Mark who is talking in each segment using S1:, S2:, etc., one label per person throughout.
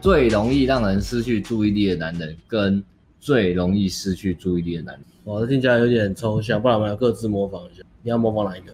S1: 最容易让人失去注意力的男人跟最容易失去注意力的男人。
S2: 哇，哦这听起来有点抽象，不然我们来各自模仿一下。你要模仿哪一个？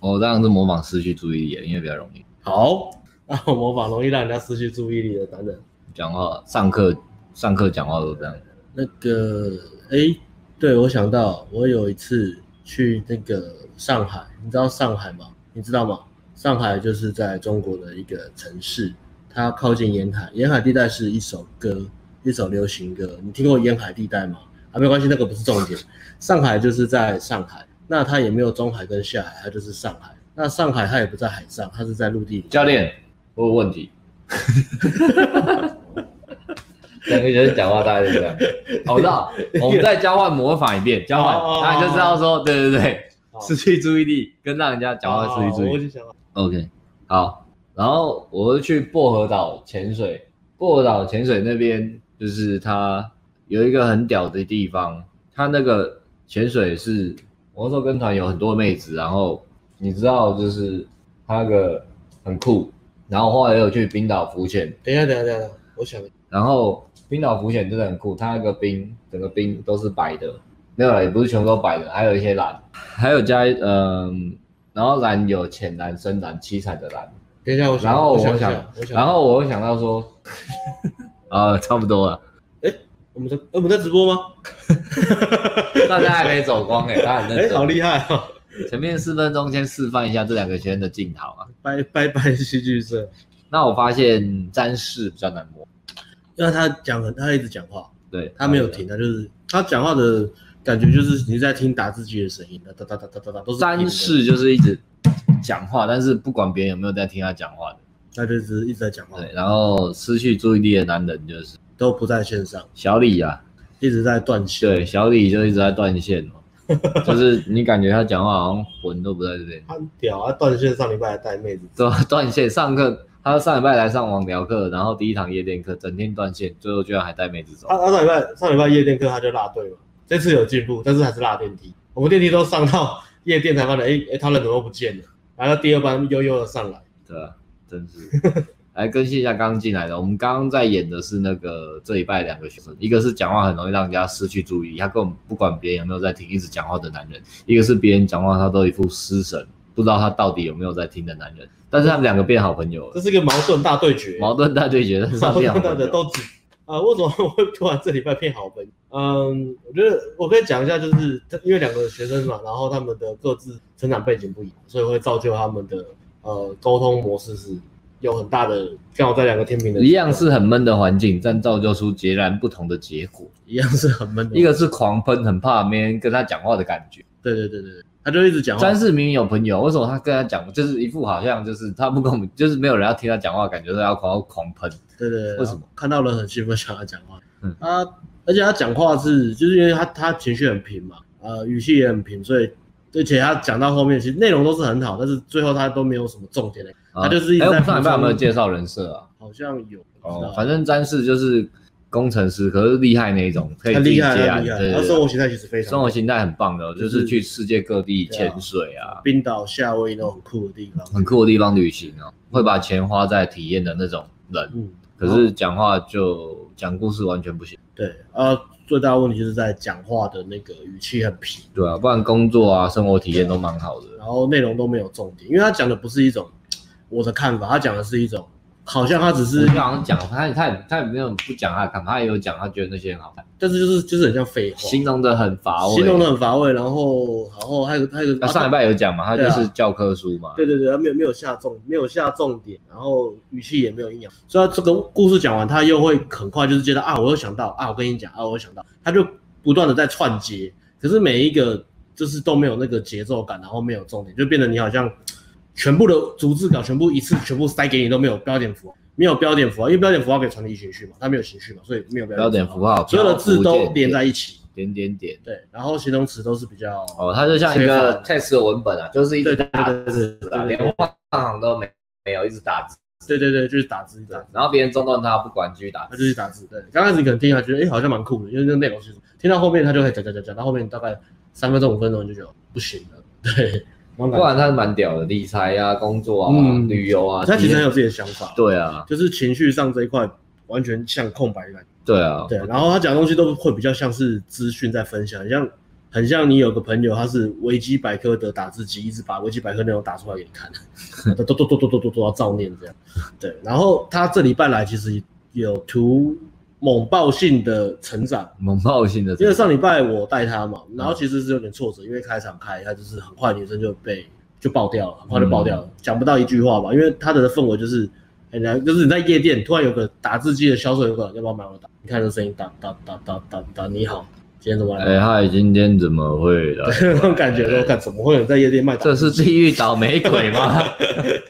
S1: 我哦当然是模仿失去注意力了，因为比较容易
S2: 好，那我模仿容易让人家失去注意力的男人。
S1: 讲话。上课上课讲话都这样。
S2: 那个，诶，对我想到，我有一次去那个上海，你知道上海吗？你知道吗？上海就是在中国的一个城市，它靠近沿海，沿海地带是一首歌，一首流行歌。你听过沿海地带吗？啊，没关系，那个不是重点。上海就是在上海，那它也没有中海跟下海，它就是上海。那上海它也不在海上，它是在陆地里。
S1: 教练，我有问题。 两个人讲话大概是这样。哦我知道，我们再交换模仿一遍，交
S2: 哦哦哦哦
S1: 换，大家就知道说，对对对，
S2: 好
S1: 失去注意力跟让人家讲话失去注意
S2: 哦我
S1: 力。
S2: 就想到
S1: OK，好，然后我就去薄荷岛潜水，薄荷岛潜水那边就是它有一个很屌的地方，它那个潜水是，我那时候跟团有很多妹子，然后你知道就是它那个很酷，然后后来也有去冰岛浮潜，
S2: 等一下，等一下，等一下，我想
S1: 然后冰岛浮潜真的很酷，它那个冰整个冰都是白的，没有啦，也不是全部都白的，还有一些蓝，还有加嗯、然后蓝有浅蓝、深蓝、七彩的蓝。
S2: 等一下，我想，
S1: 然后
S2: 我
S1: 我
S2: 想
S1: 想
S2: 一下，我想一下，
S1: 然后我又想到说，呃，差不多了，
S2: 我们在，呃我们在直播吗？
S1: 大家还没走光哎、欸，大家很
S2: 哎、
S1: 认真。
S2: 好厉害哦！
S1: 前面四分钟先示范一下这两个学生的镜头啊。
S2: 拜拜拜戏剧社，
S1: 那我发现詹氏比较难摸，
S2: 因为他讲很，他一直讲话，
S1: 对
S2: 他没有。停，他就是他讲话的感觉就是你在听打字机的声音，哒哒哒哒哒哒哒，都是
S1: 詹氏就是一直讲话，但是不管别人有没有在听他讲话的。
S2: 他就是一直在讲话，
S1: 对，然后失去注意力的男人就是
S2: 都不在线上，
S1: 小李啊，
S2: 一直在断线。
S1: 对，小李就一直在断线哦，就是你感觉他讲话好像魂都不在这边。
S2: 他很屌，他断线上礼拜还带妹子，
S1: 对啊， 断线上课，他上礼拜来上网聊课，然后第一堂夜店课整天断线，最后居然还带妹子走
S2: 他。啊他上礼拜上礼拜夜店课他就落队嘛，这次有进步，但是还是落电梯，我们电梯都上到夜店才发现，哎、哎、他人怎么不见了？然后第二班悠悠的上来，
S1: 对啊，真是。来更新一下刚刚进来的，我们刚刚在演的是那个这礼拜两个学生，一个是讲话很容易让人家失去注意，他根本不管别人有没有在听，一直讲话的男人；一个是别人讲话他都一副失神，不知道他到底有没有在听的男人。但是他们两个变好朋友
S2: 这
S1: 了，
S2: 是一个矛盾大对决。
S1: 矛盾大对决， 但是他
S2: 上
S1: 们变好
S2: 面
S1: 朋
S2: 的
S1: 友。
S2: 都只啊、为什么我会突然这礼拜变好朋友？嗯，我觉得我可以讲一下，就是因为两个学生嘛，然后他们的各自成长背景不一样，所以会造就他们的呃沟通模式是有很大的。像我在两个天平的
S1: 一样是很闷的环境，但造就出截然不同的结果。
S2: 一样是很闷的，
S1: 一个是狂喷，很怕没人跟他讲话的感觉。
S2: 对对对对对，他就一直讲话
S1: 詹，士明明有朋友，为什么他跟他讲，就是一副好像就是他不跟我们，就是没有人要听他讲话，感觉他要狂狂喷。
S2: 对对对，
S1: 为什么
S2: 看到人很兴奋，想要讲话？
S1: 嗯
S2: 他而且他讲话是，就是因为他他情绪很平嘛，呃，语气也很平，所以而且他讲到后面，其实内容都是很好，但是最后他都没有什么重点的，
S1: 啊
S2: 他就是一直
S1: 哎
S2: 在
S1: 我们上礼拜有没有
S2: 补充
S1: 介绍人设啊？
S2: 好像有，不知
S1: 哦
S2: 道，
S1: 反正詹士就是工程师，可是厉害那一种，可以
S2: 很
S1: 自己
S2: 厉
S1: 接
S2: 害，
S1: 案。
S2: 很厉
S1: 对
S2: 害。
S1: 对
S2: 他
S1: 对
S2: 生活形态其实非常
S1: 生活形态很棒的哦，
S2: 就
S1: 就是是去世界各地
S2: 对啊
S1: 潜水啊，
S2: 冰岛、夏威夷那种很酷的地方，
S1: 很酷的地方旅行哦，会把钱花在体验的那种人，
S2: 嗯，
S1: 可是讲话就讲故事完全不行。
S2: 对啊，最大的问题就是在讲话的那个语气很平，
S1: 对啊，不然工作啊、生活体验都蛮好的。
S2: 然后内容都没有重点，因为他讲的不是一种我的看法，他讲的是一种好像他只
S1: 就是
S2: 是，
S1: 好像讲他他也他也没有不讲他的看法，他也有讲他觉得那些很好看，
S2: 但是就是就是很像废话，
S1: 形容的很乏味。
S2: 形容的很乏味，然后然后还有还有
S1: 那
S2: 个
S1: 上礼拜有讲嘛，他
S2: 对
S1: 就
S2: 啊
S1: 是教科书嘛，
S2: 对对对，他没有没有下重没有下重点，然后语气也没有营养，所以他这个故事讲完，他又会很快就是接到啊，我又想到啊，我跟你讲啊，我又想到，他就不断的在串接，可是每一个就是都没有那个节奏感，然后没有重点，就变得你好像全部的逐字稿全部一次全部塞给你都没有标点符号，没有标点符号，因为标点符号可以传递情绪嘛，它没有情绪嘛，所以没有
S1: 标
S2: 标
S1: 点符号，
S2: 所有的字
S1: 标
S2: 都
S1: 符
S2: 连在一起，
S1: 点点点。
S2: 对，然后形容词都是比较
S1: 哦，他就像一个 test 的文本啊，就是一
S2: 对
S1: 直
S2: 对
S1: 打
S2: 对对对
S1: 字啊，
S2: 对
S1: 连换行都没没有，一直打字。
S2: 对对对，就是打字打字。
S1: 然后别人中断他，不管继续打
S2: 他
S1: 字。
S2: 就去打字。对，刚开始你可能听他觉得哎、诶好像蛮酷的，因为那个内容是什么听到后面他就会讲讲讲讲，到后面大概三分钟五分钟你就觉得不行了，对，蛮
S1: 不然他蛮屌的，理财啊、工作啊、
S2: 嗯
S1: 旅游啊，
S2: 他其实很
S1: 体验
S2: 有自己的想法，，
S1: 对啊，
S2: 就是情绪上这一块完全像空白的感觉。
S1: 对啊，
S2: 对，然后他讲的东西都会比较像是资讯在分享，很像很像你有个朋友，他是维基百科的打字机，一直把维基百科内容打出来给你看，都都都都都都都要照念这样。对，然后他这礼拜来其实有图猛爆性的成长，
S1: 猛爆性的，
S2: 因为上礼拜我带他嘛，然后其实是有点挫折，因为开场开他就是很快女生就被就爆掉了，很快就爆掉了，讲不到一句话吧，因为他的氛围就是。很难，就是你在夜店突然有个打字机的销售，有个人要不要买我打？你看这声音，打打打打打打，你好，今天怎么来？
S1: 哎，嗨，今天怎么会来？
S2: 那种感觉，我看怎么会有人在夜店卖打
S1: 这
S2: 字
S1: 是地狱倒霉鬼吗？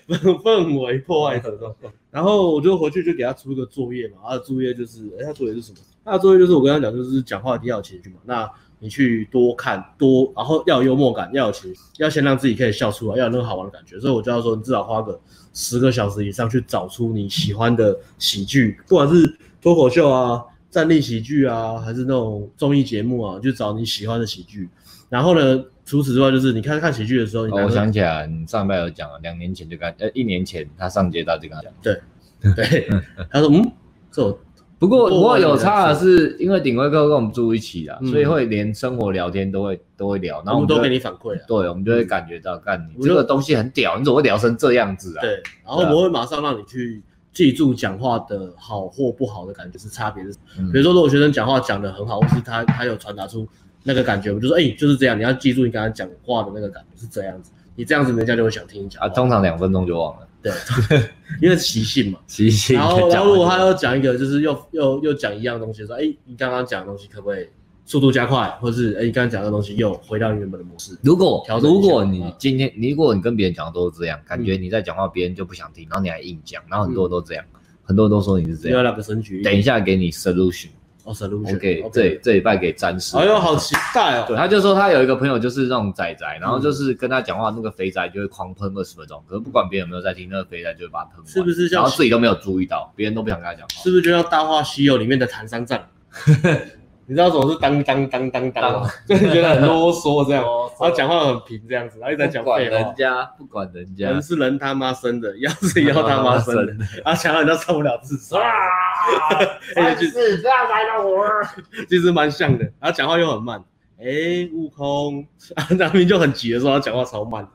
S2: 氛围破坏很重。然后我就回去就给他出个作业嘛，他的作业就是，哎、他作业是什么？他的作业就是我跟他讲，就是讲话一定要有情绪嘛。那你去多看多，然后要有幽默感，要有情绪，要先让自己可以笑出来，要有那个好玩的感觉。所以我就要说，你至少花个十个小时以上去找出你喜欢的喜剧，不管是脱口秀啊、站立喜剧啊，还是那种综艺节目啊，就找你喜欢的喜剧。然后呢，除此之外，就是你看看喜剧的时候，你
S1: 哦
S2: 难
S1: 我
S2: 道
S1: 想起来，你上半有讲了，两年前就跟他呃一年前他上街道就跟他讲。
S2: 对，他说嗯，这我
S1: 不过
S2: 不
S1: 不
S2: 过我
S1: 过
S2: 也
S1: 有差的是，因为顶规哥跟我们住一起啦，
S2: 嗯
S1: 所以会连生活聊天都会都会聊，然后
S2: 我们都
S1: 就
S2: 给你反馈了。
S1: 对，我们就会感觉到，干你
S2: 我就
S1: 这个东西很屌，你怎么会聊成这样子啊？
S2: 对，然后我们会马上让你去记住讲话的好或不好的感觉是差别是什么。
S1: 嗯，
S2: 比如说，如果学生讲话讲得很好，或是他他有传达出那个感觉，我就说，哎、就是这样，你要记住你刚才讲话的那个感觉是这样子。你这样子，人家就会想听你讲
S1: 啊，
S2: 话，
S1: 通常两分钟就忘了。
S2: 对，因为习性嘛。
S1: 其实
S2: 然后，然后如果他
S1: 要
S2: 要讲一个，就是又又又讲一样东西，说，哎、你刚刚讲的东西可不可以速度加快，或是哎、你刚刚讲的东西又回到原本的模式？
S1: 如果
S2: 调整一下嗯
S1: 如果你今天你如果你跟别人讲的都是这样，感觉你在讲话别人就不想听，然后你还硬讲，然后很多
S2: 嗯
S1: 人都这样，很多人都说你是这
S2: 另外
S1: 样。
S2: 两个神曲，
S1: 等一下给你 solution，
S2: 哦，solution，
S1: 我给
S2: OK
S1: 这这礼拜给詹士。
S2: 哎呦，好期待哦！
S1: 对，他就说他有一个朋友就是那种仔仔，然后就是跟他讲话，那个肥仔就会狂喷二十分钟，可是不管别人有没有在听，那个肥仔就会把他喷完，
S2: 嗯是不是像
S1: 然后自己都没有注意到，别人都不想跟他讲话。
S2: 是不是就像《大话西游》里面的唐三 藏？你知道什么是当当当当当吗？就是觉得很啰嗦这 样，然后讲话很平这样子，然后哦一直在讲
S1: 不管
S2: 废
S1: 人
S2: 话。
S1: 家，不管人家，
S2: 人是人他妈生的，妖是妖 他妈生的，然后想到人家受不了自杀， 哎
S1: 三
S2: 就
S1: 四不要来到我。
S2: 其实蛮像的。然后讲话又很慢，哎、悟空， 啊，那明就很急的时候，他讲话超慢，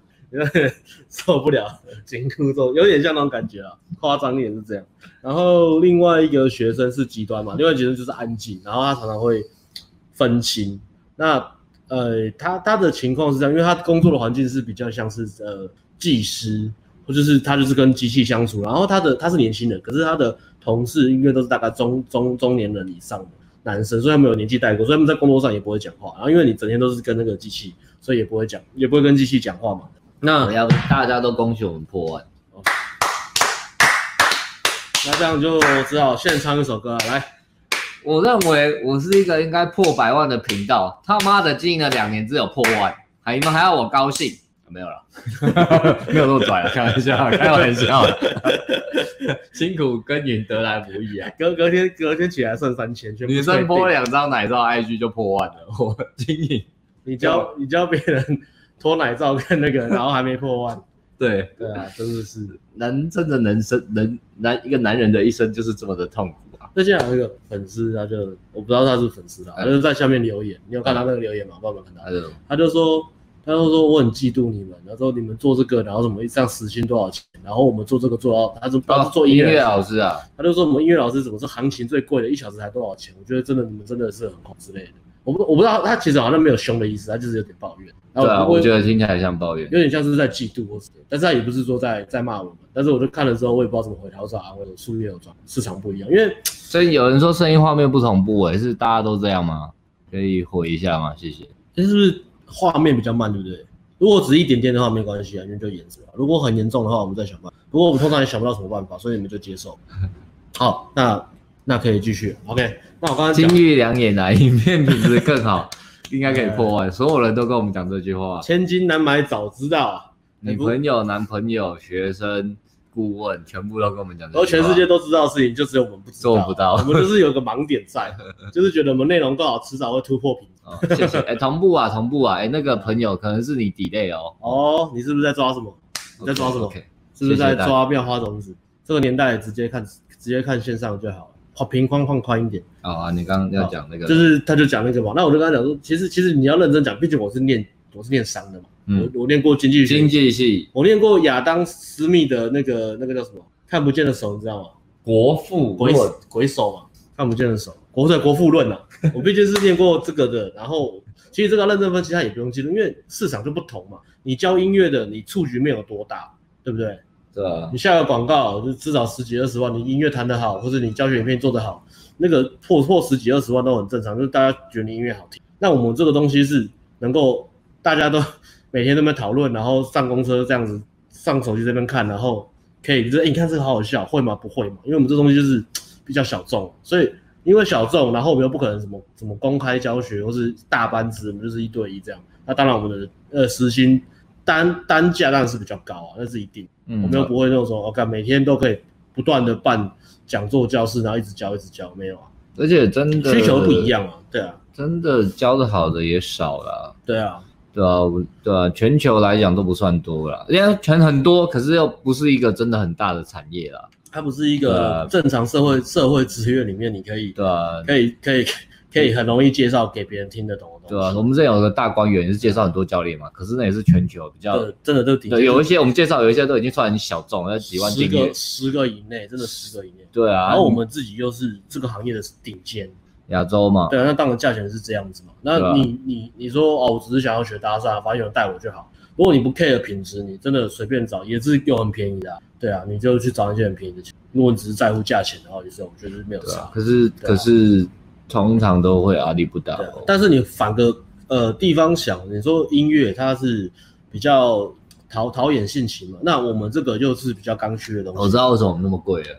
S2: 受不了，紧箍咒，有点像那种感觉啊，夸张一点是这样。然后另外一个学生是极端嘛，另外一个学生就是安静，然后他常常会分心。那呃，他他的情况是这样，因为他工作的环境是比较像是呃技师，或就是他就是跟机器相处，然后他的他是年轻人，可是他的同事应该都是大概中中中年人以上的男生，所以他们有年纪代沟，所以他们在工作上也不会讲话。然后因为你整天都是跟那个机器，所以也不会讲，也不会跟机器讲话嘛。那
S1: 要不大家都恭喜我们破万，
S2: 那这样就只好现唱一首歌啊来。
S1: 我认为我是一个应该破百万的频道，他妈的经营了两年只有破万，还你们还要我高兴？没有了， 没有那么拽了，啊开 玩笑，开玩笑，啊辛苦耕耘得来不易啊。
S2: 隔隔天隔天起来剩三千，全部
S1: 女生播
S2: 退订，
S1: 两张奶照，IG 就破万了。 我经营
S2: 你教你教别人脱奶罩跟那个，然后还没破万。
S1: 对
S2: 对啊， 真的是。
S1: 男真的男生人男一个男人的一生就是这么的痛苦啊！
S2: 最近还有一个粉丝，他就我不知道他是粉丝啦，
S1: 嗯
S2: 他就在下面留言，你有看他那个留言吗？我不知道有没有看到。
S1: 还有
S2: 他就说，他就说我很嫉妒你们，他说你们做这个，然后什么这样时薪多少钱，然后我们做这个做到，他是他是做
S1: 音
S2: 音
S1: 乐
S2: 乐
S1: 老
S2: 老师，
S1: 师啊，
S2: 他就说我们音乐老师怎么是行情最贵的，一小时才多少钱？我觉得真的你们真的是很狂之类的。我不我不知道他其实好像没有凶的意思，他就是有点抱怨。然
S1: 对啊，
S2: 后不过
S1: 我觉得听起来像抱怨。
S2: 有点像是在嫉妒或什么，但是他也不是说在在骂我们，但是我就看了之后，我也不知道怎么回他，我说啊，我有术业有专，市场不一样，因为
S1: 所以有人说声音画面不同步、欸，是大家都这样吗？可以回一下吗？谢谢。
S2: 这是不是画面比较慢，对不对？如果只一点点的话没关系啊，因为就延迟啊。如果很严重的话，我们再想办法。不过我们通常也想不到什么办法，所以你们就接受。好，那那可以继续。OK，那我刚刚
S1: 金
S2: 讲
S1: 玉良言啊，影片品质更 好，应该可以破
S2: 呃
S1: 万。所有人都跟我们讲这句话：
S2: 千金难买早知道啊，
S1: 女朋友、男朋友、学生、顾问，全部都跟我们讲这
S2: 然后
S1: 句话。
S2: 全世界都知道的事情，就只有我们不知道啊，
S1: 做不到
S2: 我们就是有个盲点 在，就是觉得我们内容够好，迟早会突破瓶颈。
S1: 哦，谢谢。哎、同步啊，同步啊。哎、那个朋友可能是你 delay 哦。
S2: 哦，你是不是在抓什么？你在抓什么
S1: o k
S2: 是不是在
S1: 谢谢大
S2: 抓妙花种子？这个年代直接看直接看线上就好了。宽平宽放宽一点，
S1: 啊、你刚刚要讲那个，
S2: 哦就是他就讲那个嘛。那我就跟他讲说，其实其实你要认真讲，毕竟我是念我是念商的嘛，
S1: 嗯，
S2: 我我念过经济学，
S1: 经济系
S2: 我念过亚当斯密的那个那个叫什么看不见的手，你知道吗？
S1: 国父
S2: 鬼
S1: 论
S2: 鬼手嘛，看不见的手，国对国富论 呐、啊。我毕竟是念过这个的，然后其实这个认证分析它也不用记录，因为市场就不同嘛。你教音乐的，你触局面有多大，对不对？
S1: 对吧？
S2: 你下个广告就至少十几二十万，你音乐弹得好，或者你教学影片做得好，那个破破十几二十万都很正常，就是大家觉得你音乐好听。那我们这个东西是能够大家都每天都在讨论，然后上公车这样子，上手机这边看，然后可以就是、诶你看这个好好笑，会吗？不会嘛？因为我们这东西就是比较小众，所以因为小众，然后我们又不可能什么什么公开教学或是大班制，我们就是一对一这样。那当然我们的呃时薪单单价当然是比较高啊，那是一定。
S1: 嗯，
S2: 我们又不会那种说，哦，干每天都可以不断的办讲座教室，然后一直教一直教，没有啊，
S1: 而且真的
S2: 需求不一，样啊，对啊，
S1: 真的教的好的也少了。
S2: 对啊，
S1: 对啊，我对啊，全球来讲都不算多啦，因为全很多，可是又不是一个真的很大的产业啦，
S2: 它不是一
S1: 对
S2: 个
S1: 啊
S2: 正常社会社会职业里面你可以
S1: 对啊，
S2: 可以可以可以很容易介绍给别人听得懂的
S1: 对
S2: 东
S1: 啊，
S2: 西，
S1: 我们这有个大观园也是介绍很多教练嘛，可是那也是全球比较，
S2: 对，真的都顶
S1: 对，有一些我们介绍有一些都已经算很小众，要几万
S2: 十
S1: 订阅
S2: 个，十个以内，真的十个以内，
S1: 对啊，
S2: 然后我们自己又是这个行业的顶尖，
S1: 亚洲嘛，
S2: 对啊，那当然价钱是这样子嘛。
S1: 对
S2: 那
S1: 啊
S2: 你、你你说哦，我只是想要学搭讪，反正有人带我就好。如果你不 care 品质，你真的随便找也是有很便宜的啊、对啊，你就去找那些很便宜的。如果你只是在乎价钱的话，就是我觉得是没有
S1: 对
S2: 差
S1: 啊，。可是
S2: 啊
S1: 可是通常都会阿力不达
S2: 对啊
S1: 哦，
S2: 但是你反个呃地方想，你说音乐它是比较陶陶冶性情嘛，那我们这个又是比较刚需的东西。
S1: 我知道为什么那么贵了，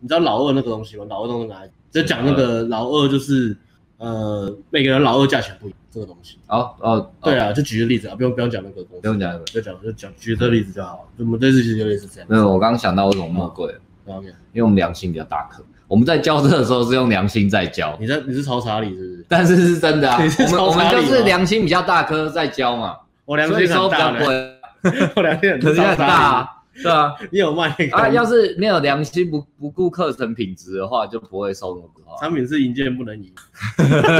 S2: 你知道老二那个东西吗？老二都是拿来就讲
S1: 啊
S2: 那个老二就是呃每个人老二价钱不一样这个东西。
S1: 哦哦，
S2: 对
S1: 啊，
S2: 啊，就举个例子啊，不用不用讲那个东西，
S1: 不用讲那个
S2: 不用讲，就讲举这个例子就好了。我们这次举的例子是这样
S1: 没有，我刚刚想到为什么那么贵了，
S2: ，OK？
S1: 因为我们良心比较大颗，我们在教这的时候是用良心在教，
S2: 你在你是抄查理是不是？
S1: 但是是真的啊，
S2: 你是
S1: 我们
S2: 抄
S1: 我们
S2: 查理
S1: 就
S2: 吗
S1: 是良心比较大颗在教嘛，
S2: 我良
S1: 所以
S2: 心
S1: 收
S2: 很
S1: 比
S2: 大
S1: 较
S2: 呢，
S1: 贵，
S2: 我良心很
S1: 可是
S2: 大
S1: 很大、啊，对啊，
S2: 你有卖那个
S1: 啊，要是没有良心不不顾课程品质的话，就不会收那么多啊。
S2: 产品是银件不能 赢，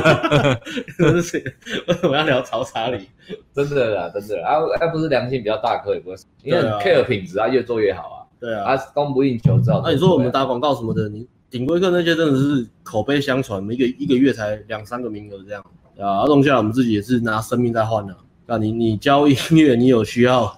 S2: 真 是为什么要聊抄查理？
S1: 真的啦，真的啦，啊，那不是良心比较大颗也不会收，因为
S2: 对啊
S1: care 品质啊，越做越好
S2: 对
S1: 啊，
S2: 啊
S1: 啊，，供不应求之后。啊
S2: 那你说我们打广告什么的，你顶规课那些真的是口碑相传，一个一个月才两三个名额这样对啊，弄下来我们自己也是拿生命在换的、啊。那你你教音乐，你有需要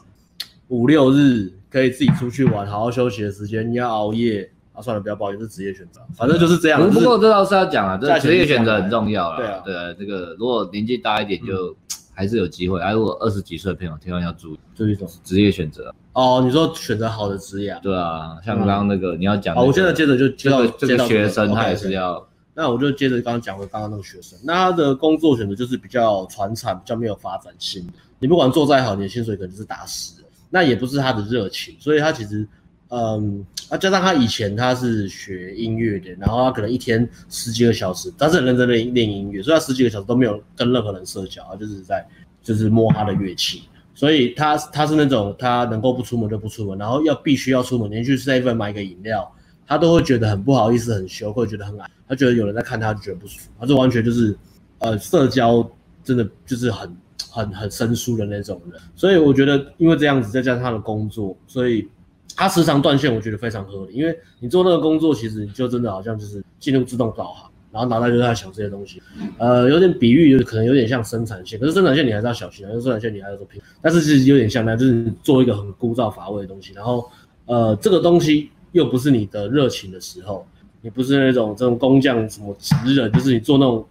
S2: 五六日可以自己出去玩，好好休息的时间，你要熬夜啊？算了，不要抱怨，这是职业选择，反正就是这样。
S1: 不
S2: 就
S1: 不
S2: 是
S1: 过这倒是要讲啊，这
S2: 价钱
S1: 职业选择很重要
S2: 对
S1: 啦
S2: 啊。嗯
S1: 对啊，这个如果年纪大一点就还是有机会，哎，如果二十几岁的朋友，千万要注意
S2: 就是一种
S1: 职业选择。
S2: 哦，你说选择好的职业啊？
S1: 对啊，像刚刚那个你要讲那个，
S2: 好，哦我现在接着就接
S1: 这
S2: 到
S1: 个这
S2: 接
S1: 个
S2: 到
S1: 学生
S2: OK，
S1: 他也
S2: OK
S1: 是要
S2: 那我就接着刚刚讲的刚刚那个学生，那他的工作选择就是比较传产，比较没有发展性的。你不管做再好，你的薪水可能就是打死的，那也不是他的热情。所以他其实，嗯，啊，加上他以前他是学音乐的，然后他可能一天十几个小时，他是很认真的练音乐，所以他十几个小时都没有跟任何人社交，他就是在就是摸他的乐器。所以他他是那种他能够不出门就不出门，然后要必须要出门，连续 seven 买个饮料，他都会觉得很不好意思、很羞愧，觉得很矮，他觉得有人在看他，就觉得不舒服。他这完全就是，呃，社交真的就是很、很、很生疏的那种人。所以我觉得，因为这样子，再加上他的工作，所以他时常断线，我觉得非常合理。因为你做那个工作，其实你就真的好像就是进入自动导航，然后脑袋就在想这些东西。呃，有点比喻，有可能有点像生产线，可是生产线你还是要小心啊，因为生产线你还要做拼，但是其实有点像那样，就是做一个很枯燥乏味的东西，然后呃，这个东西又不是你的热情的时候，你不是那种这种工匠什么职人，就是你做那种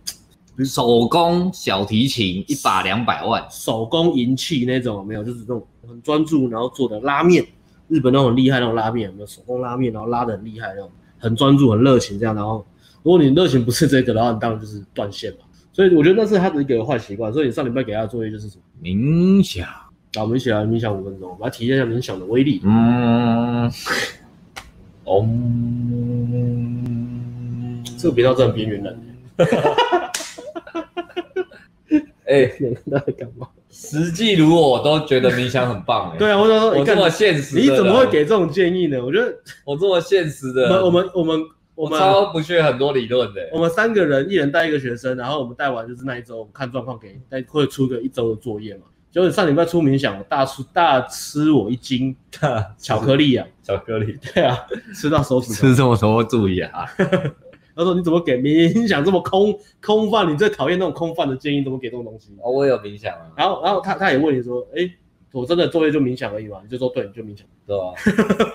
S1: 手工小提琴一把两百万，
S2: 手工银器那种有没有？就是那种很专注，然后做的拉面，日本那种很厉害那种拉面有没有？手工拉面，然后拉的很厉害那种，很专注、很热情这样。然后如果你热情不是这个的话，你当然就是断线嘛。所以我觉得那是他的一个坏习惯。所以你上礼拜给他的作业就是什么？
S1: 冥想，
S2: 那我们一起来冥想五分钟，我们来体验一下冥想的威力。
S1: 嗯，哦，
S2: 这个频道真的很边缘人，
S1: 哎，
S2: 你看他在干嘛？
S1: 实际如我都觉得冥想很棒哎。
S2: 对啊，我啊想说，
S1: 我
S2: 你
S1: 这
S2: 看
S1: 么现实，
S2: 你怎么会？给这种建议呢？我觉得
S1: 我这么现实的？
S2: 我们我们我们啊我们
S1: 超不屑很多理论的、欸
S2: 我们三个人，一人带一个学生，然后我们带完就是那一周，我们看状况给带会出个一周的作业嘛。结果上礼拜出冥想，我大出大吃我一斤巧克力啊，
S1: 巧克力
S2: 对啊，吃到手指头。
S1: 吃这么多注意 啊！
S2: 他说你怎么给冥想这么空空泛？你最讨厌那种空泛的建议，怎么给这种东西？
S1: 哦，我有冥想啊，
S2: 然后然后他他也问你说，哎，我真的作业就冥想而已嘛？你就说对，你就冥想。
S1: 对吧、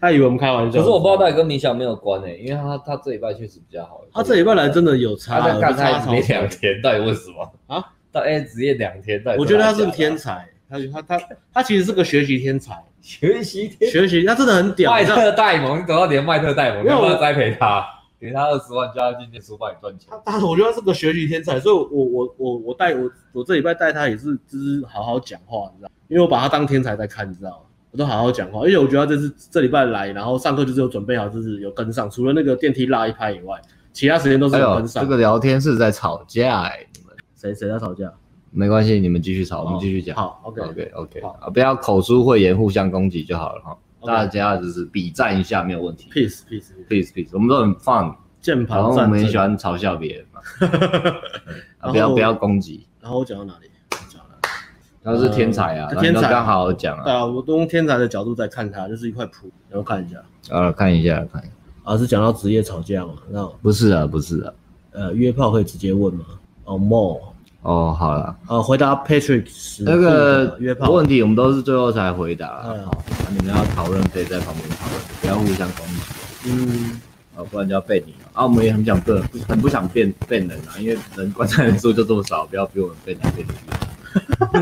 S2: 他以为我们开玩笑，
S1: 可是我不知道到底跟冥想没有关诶、欸因为他他这礼拜确实比较好。
S2: 他这礼拜来真的有差，
S1: 他在干
S2: 有差
S1: 他没
S2: 超多
S1: 两天，到底为什么
S2: 啊？
S1: 到 A 职业两天，到啊底
S2: 我觉得他是个
S1: 真
S2: 天
S1: 的
S2: 才，他他他他其实是个学习天才，
S1: 学习天
S2: 学习他真的很屌。
S1: 麦
S2: 你知道
S1: 特戴蒙，你走到连麦特戴蒙，你
S2: 没有
S1: 要不
S2: 我
S1: 要栽培他？ 给他二十万，叫他进念书，帮你赚钱
S2: 他。他我觉得他是个学习天才，所以我我我我带我我这礼拜带他也是就是好好讲话，你知道，因为我把他当天才在看，你知道吗？我都好好讲话，而且我觉得他这次这礼拜来，然后上课就是有准备好，就是有跟上，除了那个电梯落一拍以外，其他时间都是
S1: 哎
S2: 有跟上。
S1: 聊天是在吵架哎，你们
S2: 谁谁在吵架？
S1: 没关系，你们继续吵，我们继续讲。
S2: 好，OK，
S1: OK OK，
S2: 好
S1: 啊，不要口出慧言，互相攻击就好了哈。
S2: OK
S1: 大家就是比战一下没有问题。
S2: peace peace，
S1: Please please，我们都很 fun，
S2: 键
S1: 然
S2: 盘
S1: 后我
S2: 战
S1: 们也
S2: 争
S1: 喜。欢嘲笑别人 嘛，啊
S2: 然后
S1: 不要不要攻击。
S2: 然后我讲到哪里？我讲到哪里
S1: 他是天才啊，然
S2: 呃
S1: 后
S2: 天
S1: 你
S2: 才
S1: 都刚好好讲
S2: 对
S1: 啊。
S2: 啊，我都用天才的角度在看他，就是一块谱，然后看一下。
S1: 啊，看一下看一下，
S2: 啊，是讲到职业吵架嘛？那
S1: 不是啊不是啊。
S2: 呃，约炮可以直接问吗？哦，more。
S1: 哦，好了，
S2: 呃，回答 Patrick 十
S1: 那个
S2: 嗯约炮
S1: 问题我们都是最后才回答啊，
S2: 嗯
S1: 你们要讨论可以在旁边讨论，不要互相攻击
S2: 嗯，
S1: 啊，不然就要被你了啊。我们也很想变，很不想变变人啊，因为人观察人数就这么少，不要逼我们变来变去。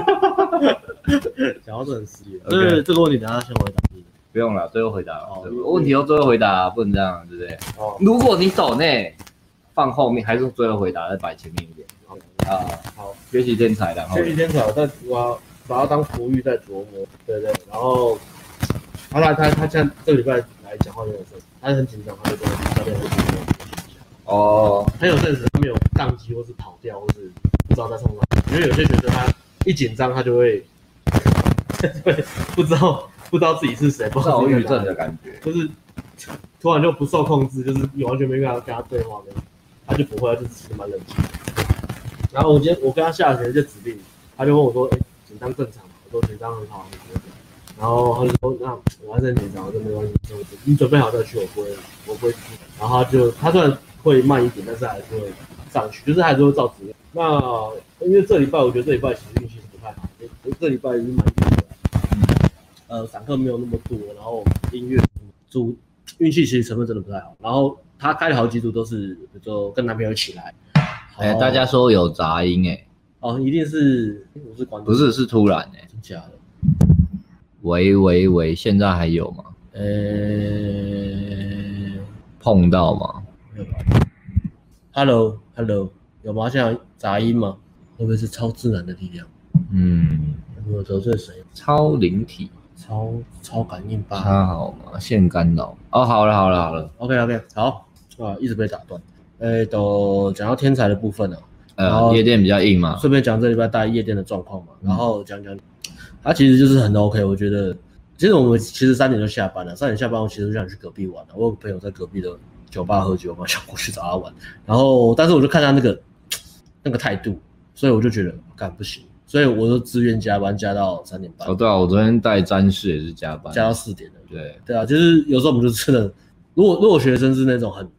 S2: 讲到这很实际了。
S1: OK
S2: 这这个问题等下先回答你。
S1: 不用了，最后回答了
S2: 哦
S1: 对问题都最后回答，啊不能这样，对不对？
S2: 哦，
S1: 如果你懂呢，放后面还是最后回答，再摆前面一点啊。
S2: 好，
S1: 学习天才，然后
S2: 这一天早上我要把它当璞玉在琢磨，对对。然后，他他他他现在这个礼拜来讲话有点事，他很紧张，他就跟教练会紧张，
S1: 哦，
S2: 很有 sense，他没有宕机或是跑掉或是不知道在冲哪。因为有些学生他一紧张他就会， 对，不知道不知道自己是谁，不知道
S1: 躁
S2: 自己在
S1: 郁
S2: 哪
S1: 症的感觉。
S2: 就是突然就不受控制，就是你完全没办法跟他对话那种，他就不会，他就其实蛮冷静的。然后我今天我跟他下学就指令，他就问我说：“哎、紧张正常吗？”我说：“紧张很好，很好。”然后他就说：“那我还是很紧张，我说没关系，这样子你准备好再去，我不会，我不会去。”然后他就他虽然会慢一点，但是还是会上去，就是还是会照指令。那因为这礼拜我觉得这礼拜其实运气是不太好，我我这礼拜已经蛮紧的。呃，散客没有那么多，然后音乐组运气其实成分真的不太好。然后他开了好几组都是，比如说跟男朋友一起来，
S1: 哎、
S2: 哦
S1: 大家说有杂音哎、
S2: 哦，一定是诶我是观众，
S1: 不是是突然哎、
S2: 真假的？
S1: 喂喂喂，现在还有吗？
S2: 呃、
S1: 碰到吗？
S2: 没有吧？Hello Hello，有吗？现在有杂音吗？会不会是超自然的力量？
S1: 嗯，
S2: 有没有得罪谁？
S1: 超灵体，
S2: 超超感应吧。
S1: 它好吗？现干扰。哦，好了好了好了，
S2: OK OK，好啊，一直被打断。哎，都讲到天才的部分了、然
S1: 呃，
S2: 后
S1: 夜店比较硬嘛，
S2: 顺便讲这礼拜大夜店的状况嘛，然后讲讲，他其实就是很 OK，我觉得，其实我们其实三点就下班了，三点下班我其实就想去隔壁玩了，我有个朋友在隔壁的酒吧喝酒嘛，想过去找他玩，然后但是我就看他那个那个态度，所以我就觉得干不行，所以我就自愿加班加到三点半
S1: 哦，，对啊，我昨天带詹士也是加班，
S2: 加到四点了，
S1: 对，
S2: 对啊，就是有时候我们就真的，如果如果学生是那种很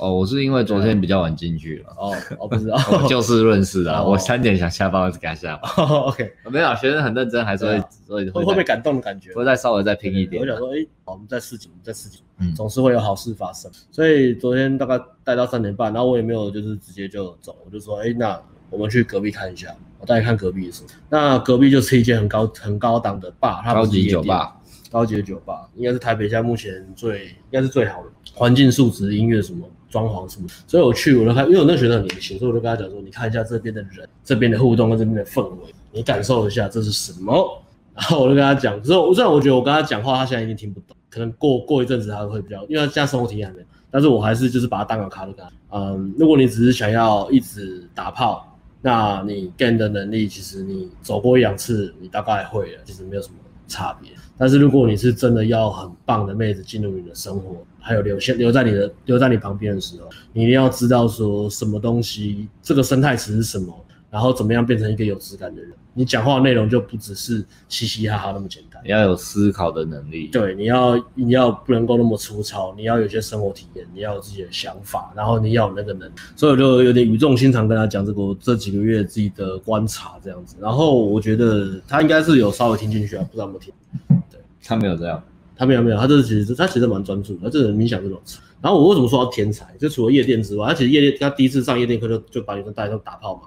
S1: 哦，我是因为昨天比较晚进去了，
S2: 哦哦不知道
S1: 我 就事论事啊，
S2: 哦
S1: 我三点想下班，我就给他下班。
S2: ，OK
S1: 没有，学生很认真，还是
S2: 对
S1: 会
S2: 啊，
S1: 所以
S2: 会会被感动的感觉，
S1: 会再稍微再拼一点啊
S2: 我。想说，哎、好我们再试几，我们再试几，
S1: 嗯
S2: 总是会有好事发生。所以昨天大概待到三点半，然后我也没有就是直接就走，我就说，哎、那我们去隔壁看一下。我带你看隔壁的书，那隔壁就是一间很高很高档的吧，它不
S1: 高
S2: 是
S1: 级
S2: 夜
S1: 酒
S2: 店
S1: 吧，
S2: 高级的酒吧，应该是台北现在目前最应该是最好的环境素质、音乐什么、装潢什么。所以我去，我就看，因为我那个学生很年轻，所以我就跟他讲说，你看一下这边的人、这边的互动跟这边的氛围，你感受一下这是什么。然后我就跟他讲，之后虽然我觉得我跟他讲话，他现在一定听不懂，可能过过一阵子他会比较，因为他现在生活体验还没有，但是我还是就是把他当个卡路跟他。嗯，如果你只是想要一直打炮，那你 gain 的能力，其实你走过一两次，你大概会了，其实没有什么差别。但是如果你是真的要很棒的妹子进入你的生活，还有留下留在你的留在你旁边的时候，你一定要知道说什么东西，这个生态池是什么，然后怎么样变成一个有质感的人。你讲话的内容就不只是嘻嘻哈哈那么简单。
S1: 你要有思考的能力。
S2: 对，你要你要不能够那么粗糙，你要有些生活体验，你要有自己的想法，然后你要有那个能力。所以我就有点语重心长跟他讲这个我这几个月自己的观察这样子。然后我觉得他应该是有稍微听进去啊，不知道有没有听。
S1: 他没有这样，
S2: 他没有没有，他这其实他其实蛮专注的，他这人冥想这种。然后我为什么说他天才？就除了夜店之外，他其实夜店他第一次上夜店课就就把女生带上打炮嘛。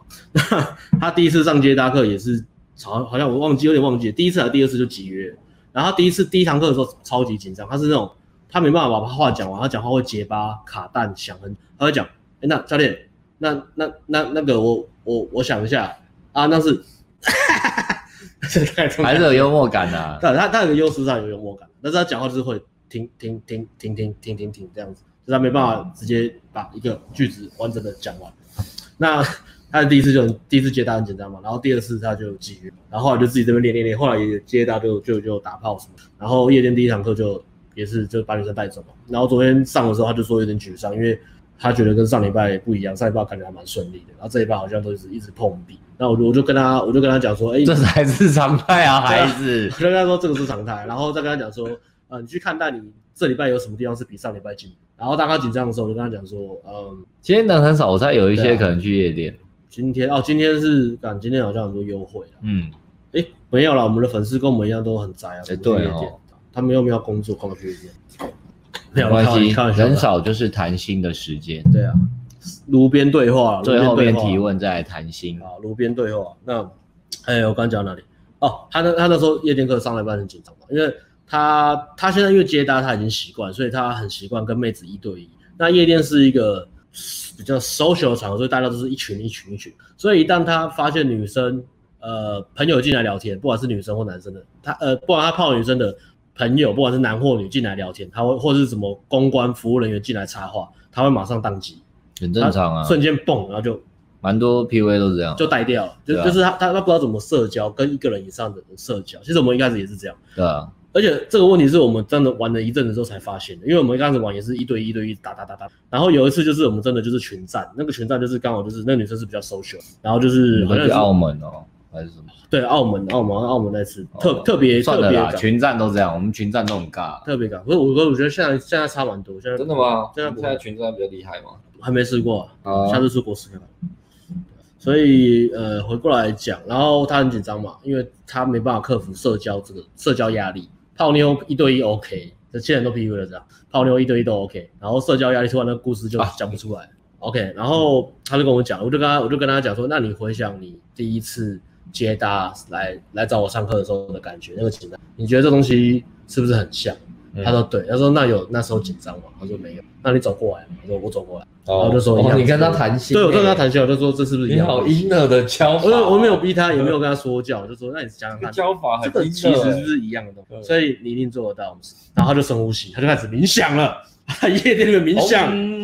S2: 那他第一次上接搭课也是，好好像我忘记有点忘记了，第一次还是第二次就集约。然后他第一次第一堂课的时候超级紧张，他是那种他没办法把话讲完，他讲话会结巴、卡蛋、想很，他会讲，哎，那教练，那那那那个我我我想一下啊，那是，
S1: 还是有幽默感啊。
S2: 对，他他有个优势上有幽默感，啊但是他讲话就是会停停停停停停停停这样子，就是他没办法直接把一个句子完整的讲完。那 他的第一次就很第一次接搭很简单嘛，然后第二次他就继续，然后后来就自己这边练练练，后来也接搭就就就打炮什么，然后夜店第一堂课就也是就把女生带走嘛，然后昨天上的时候他就说有点沮丧，因为他觉得跟上礼拜不一样，上礼拜感觉还蛮顺利的，然后这一拜好像都是一直碰壁，那我就我就跟他我就跟他讲说，哎、
S1: 这才是常态啊，孩子
S2: 我。就跟他说这个是常态，然后再跟他讲说，呃，你去看待你这礼拜有什么地方是比上礼拜进步。然后当他紧张的时候，我就跟他讲说，嗯，
S1: 今天人很少，我猜有一
S2: 对
S1: 些
S2: 啊
S1: 可能去夜店。
S2: 今天哦，今天是，感今天好像很多优惠啊。
S1: 嗯，
S2: 哎，没有啦，我们的粉丝跟我们一样都很宅啊，
S1: 哎
S2: 怎么去
S1: 对
S2: 夜
S1: 哦
S2: 店他们又没有工作，干嘛去夜店？
S1: 没
S2: 没有
S1: 关系
S2: 开玩，笑的
S1: 人少就是谈心的时间，
S2: 对啊，炉边对话，炉边
S1: 最后
S2: 对
S1: 面
S2: 话
S1: 提问再来谈心。
S2: 啊，炉边对话。那，哎、我刚讲到哪里？哦，他那他那时候夜店课上了一半很紧张嘛，因为他他现在因为接搭他已经习惯，所以他很习惯跟妹子一对一。那夜店是一个比较 social 的场合，所以大家都是一群一群一群，所以一旦他发现女生呃朋友进来聊天，不管是女生或男生的，他呃不管他泡女生的朋友，不管是男或女进来聊天，他会或是什么公关服务人员进来插话，他会马上宕机，
S1: 很正常
S2: 他
S1: 啊，
S2: 瞬间蹦，然后就
S1: 蛮多 P V 都是这样，
S2: 就带掉了，就、
S1: 对啊
S2: 就是他他他不知道怎么社交，跟一个人以上的人社交。其实我们一开始也是这样，
S1: 对啊，
S2: 而且这个问题是我们真的玩了一阵子之后才发现的，因为我们一开始玩也是一对一一对一打打打打，然后有一次就是我们真的就是群战，那个群战就是刚好就是那个女生是比较 social，然后就是
S1: 你
S2: 好
S1: 会
S2: 像
S1: 去
S2: 是
S1: 澳门哦，还是什么？
S2: 对澳门澳门澳门那次
S1: 哦
S2: 特、特别
S1: 算
S2: 特
S1: 了
S2: 别
S1: 啦，
S2: 感
S1: 群战都这样，我们群战都很尬。
S2: 特别感，不是我我觉得现在现在差蛮多，现在
S1: 真的吗？
S2: 现在不会
S1: 群战比较厉害吗？
S2: 还没试过、啊，
S1: 啊，
S2: 下次出国试看看。所以呃，回过来讲，然后他很紧张嘛，因为他没办法克服社交这个社交压力。泡妞一对一 OK，这些人都 PU 了这样，泡妞一对一都 OK，然后社交压力突然那故事就
S1: 啊
S2: 讲不出来。OK，然后他就跟我讲，我就跟他我就跟他讲说，那你回想你第一次接搭来来找我上课的时候的感觉，那个紧张，你觉得这东西是不是很像？
S1: 嗯
S2: 他说对，他说那有那时候紧张吗？他说没有，那你走过来吗，我说我走过来。然
S1: 哦
S2: 后就说一样
S1: 哦你跟他谈心，
S2: 对，我就跟他
S1: 欸，
S2: 谈笑，我就说这是不是一
S1: 你
S2: 样的
S1: 好啊婴儿的教法，
S2: 我有我没有，逼他，也没有跟他说教，我就说那你想想
S1: 这个
S2: 看，
S1: 教法很
S2: 这个
S1: 婴
S2: 其实
S1: 儿欸。
S2: 是一样的东西，
S1: 对
S2: 所以你一定做得到。然后他就深呼吸，他就开始冥想了，他夜店里面冥想。
S1: 嗯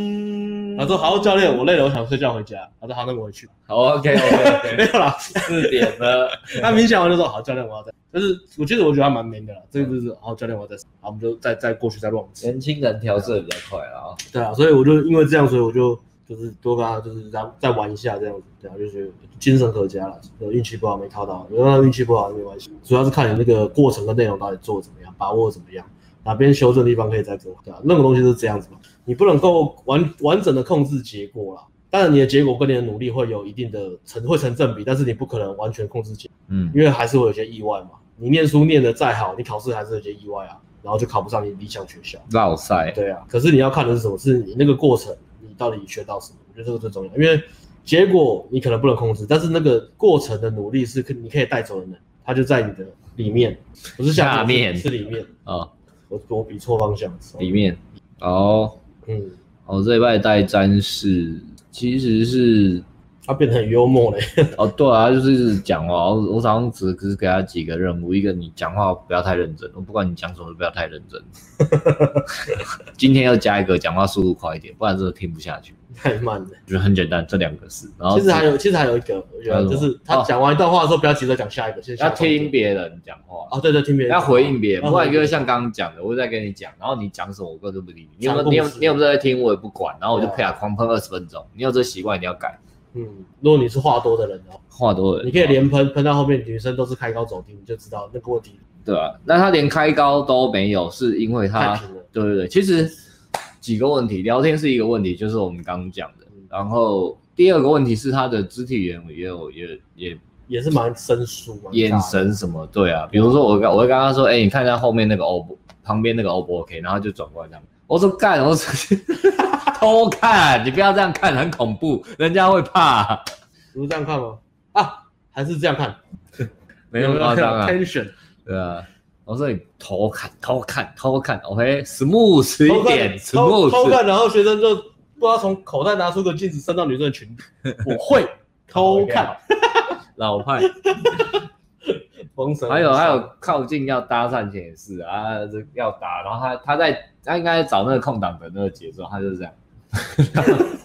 S2: 他说：“好，教练，我累了，我想睡觉回家。”他说：“好，那我回去。
S1: 好，OK OK ”
S2: 没
S1: OK，
S2: 有啦，
S1: 四点了，
S2: 他冥想完就说：“好，教练，我要再。”就是我觉得我觉得他蛮 man 的啦，这个就是好，教练，我要再。好，我们就再再过去再乱吃。
S1: 年轻人调色比较快了啊。
S2: 对啊，所以我就因为这样，所以我就就是多跟他就是再再玩一下这样子，对啊，就是精神可嘉了。有运气不好没靠到，如果运气不好没关系，主要是看你那个过程跟内容到底做得怎么样，把握得怎么样，哪边修正的地方可以再做，对啊，任何东西都是这样子嘛，你不能够完完整的控制结果啦。当然，你的结果跟你的努力会有一定的成会成正比，但是你不可能完全控制结果。
S1: 嗯，
S2: 因为还是会有些意外嘛。你念书念得再好，你考试还是有些意外啊，然后就考不上你理想学校。
S1: 绕赛，
S2: 对啊，可是你要看的是什么？是你那个过程，你到底学到什么？我觉得这个最重要，因为结果你可能不能控制，但是那个过程的努力是可你可以带走的能，它就在你的里面，不是下
S1: 下面
S2: 是里面。
S1: 哦，
S2: 我我比错方向了，
S1: 里面，哦，
S2: 嗯，
S1: 哦，这一拜带詹士其实是
S2: 他变得很幽默嘞。
S1: 哦，对啊，就是一直讲话。我我早上只只给他几个任务，一个你讲话不要太认真，我不管你讲什么都不要太认真。 今天要加一个讲话速度快一点，不然真的听不下去。
S2: 太慢了。
S1: 就是很简单，这两个事。然后
S2: 其实还有，其实还有一个，我觉
S1: 还
S2: 得
S1: 有什
S2: 就
S1: 么哦
S2: 是他讲完一段话的时候，不要急着讲下一个，先
S1: 要
S2: 下一个
S1: 听别人讲话，
S2: 哦，对对，听别人
S1: 要回应别人，
S2: 哦
S1: 不然就会像刚刚讲的，我在跟你讲，然后你讲什么我根本就不理你。你有没有
S2: 讲故
S1: 你有
S2: 事
S1: 你有没有在听？我也不管，然后我就
S2: 对啊
S1: 配合狂喷二十分钟。你有这习惯，你要改。
S2: 嗯，如果你是话多的人哦，
S1: 话多了，
S2: 你可以连喷喷到后面，女生都是开高走低，你就知道那个问题
S1: 对啊，那他连开高都没有，是因为
S2: 太
S1: 他
S2: 平了。
S1: 对对对，其实几个问题，聊天是一个问题，就是我们刚刚讲的
S2: 嗯。
S1: 然后第二个问题是他的肢体语言也有也也
S2: 也是蛮生疏嘛，
S1: 眼神什么，对啊，比如说我跟我会跟他说，哎、你看一下后面那个 O 不旁边那个 O 不 OK，然后他就转过来这样，我说干，我说 偷看，你不要这样看，很恐怖，人家会 怕，
S2: 你是这样看吗？啊，还是这样看，
S1: 没那么夸张啊，
S2: Tension，
S1: 对啊。我说你偷看，偷看，偷看，OK，smooth、一点
S2: 偷偷
S1: ，smooth，
S2: 看，然后学生就不知道从口袋拿出个镜子伸到女生的裙里，我会偷
S1: 哦
S2: 看，
S1: 老派。
S2: 封神无双。
S1: 还有还有靠近要搭讪前也是啊，这要搭，然后他他在他应该找那个空档的那个节奏，他就是这样，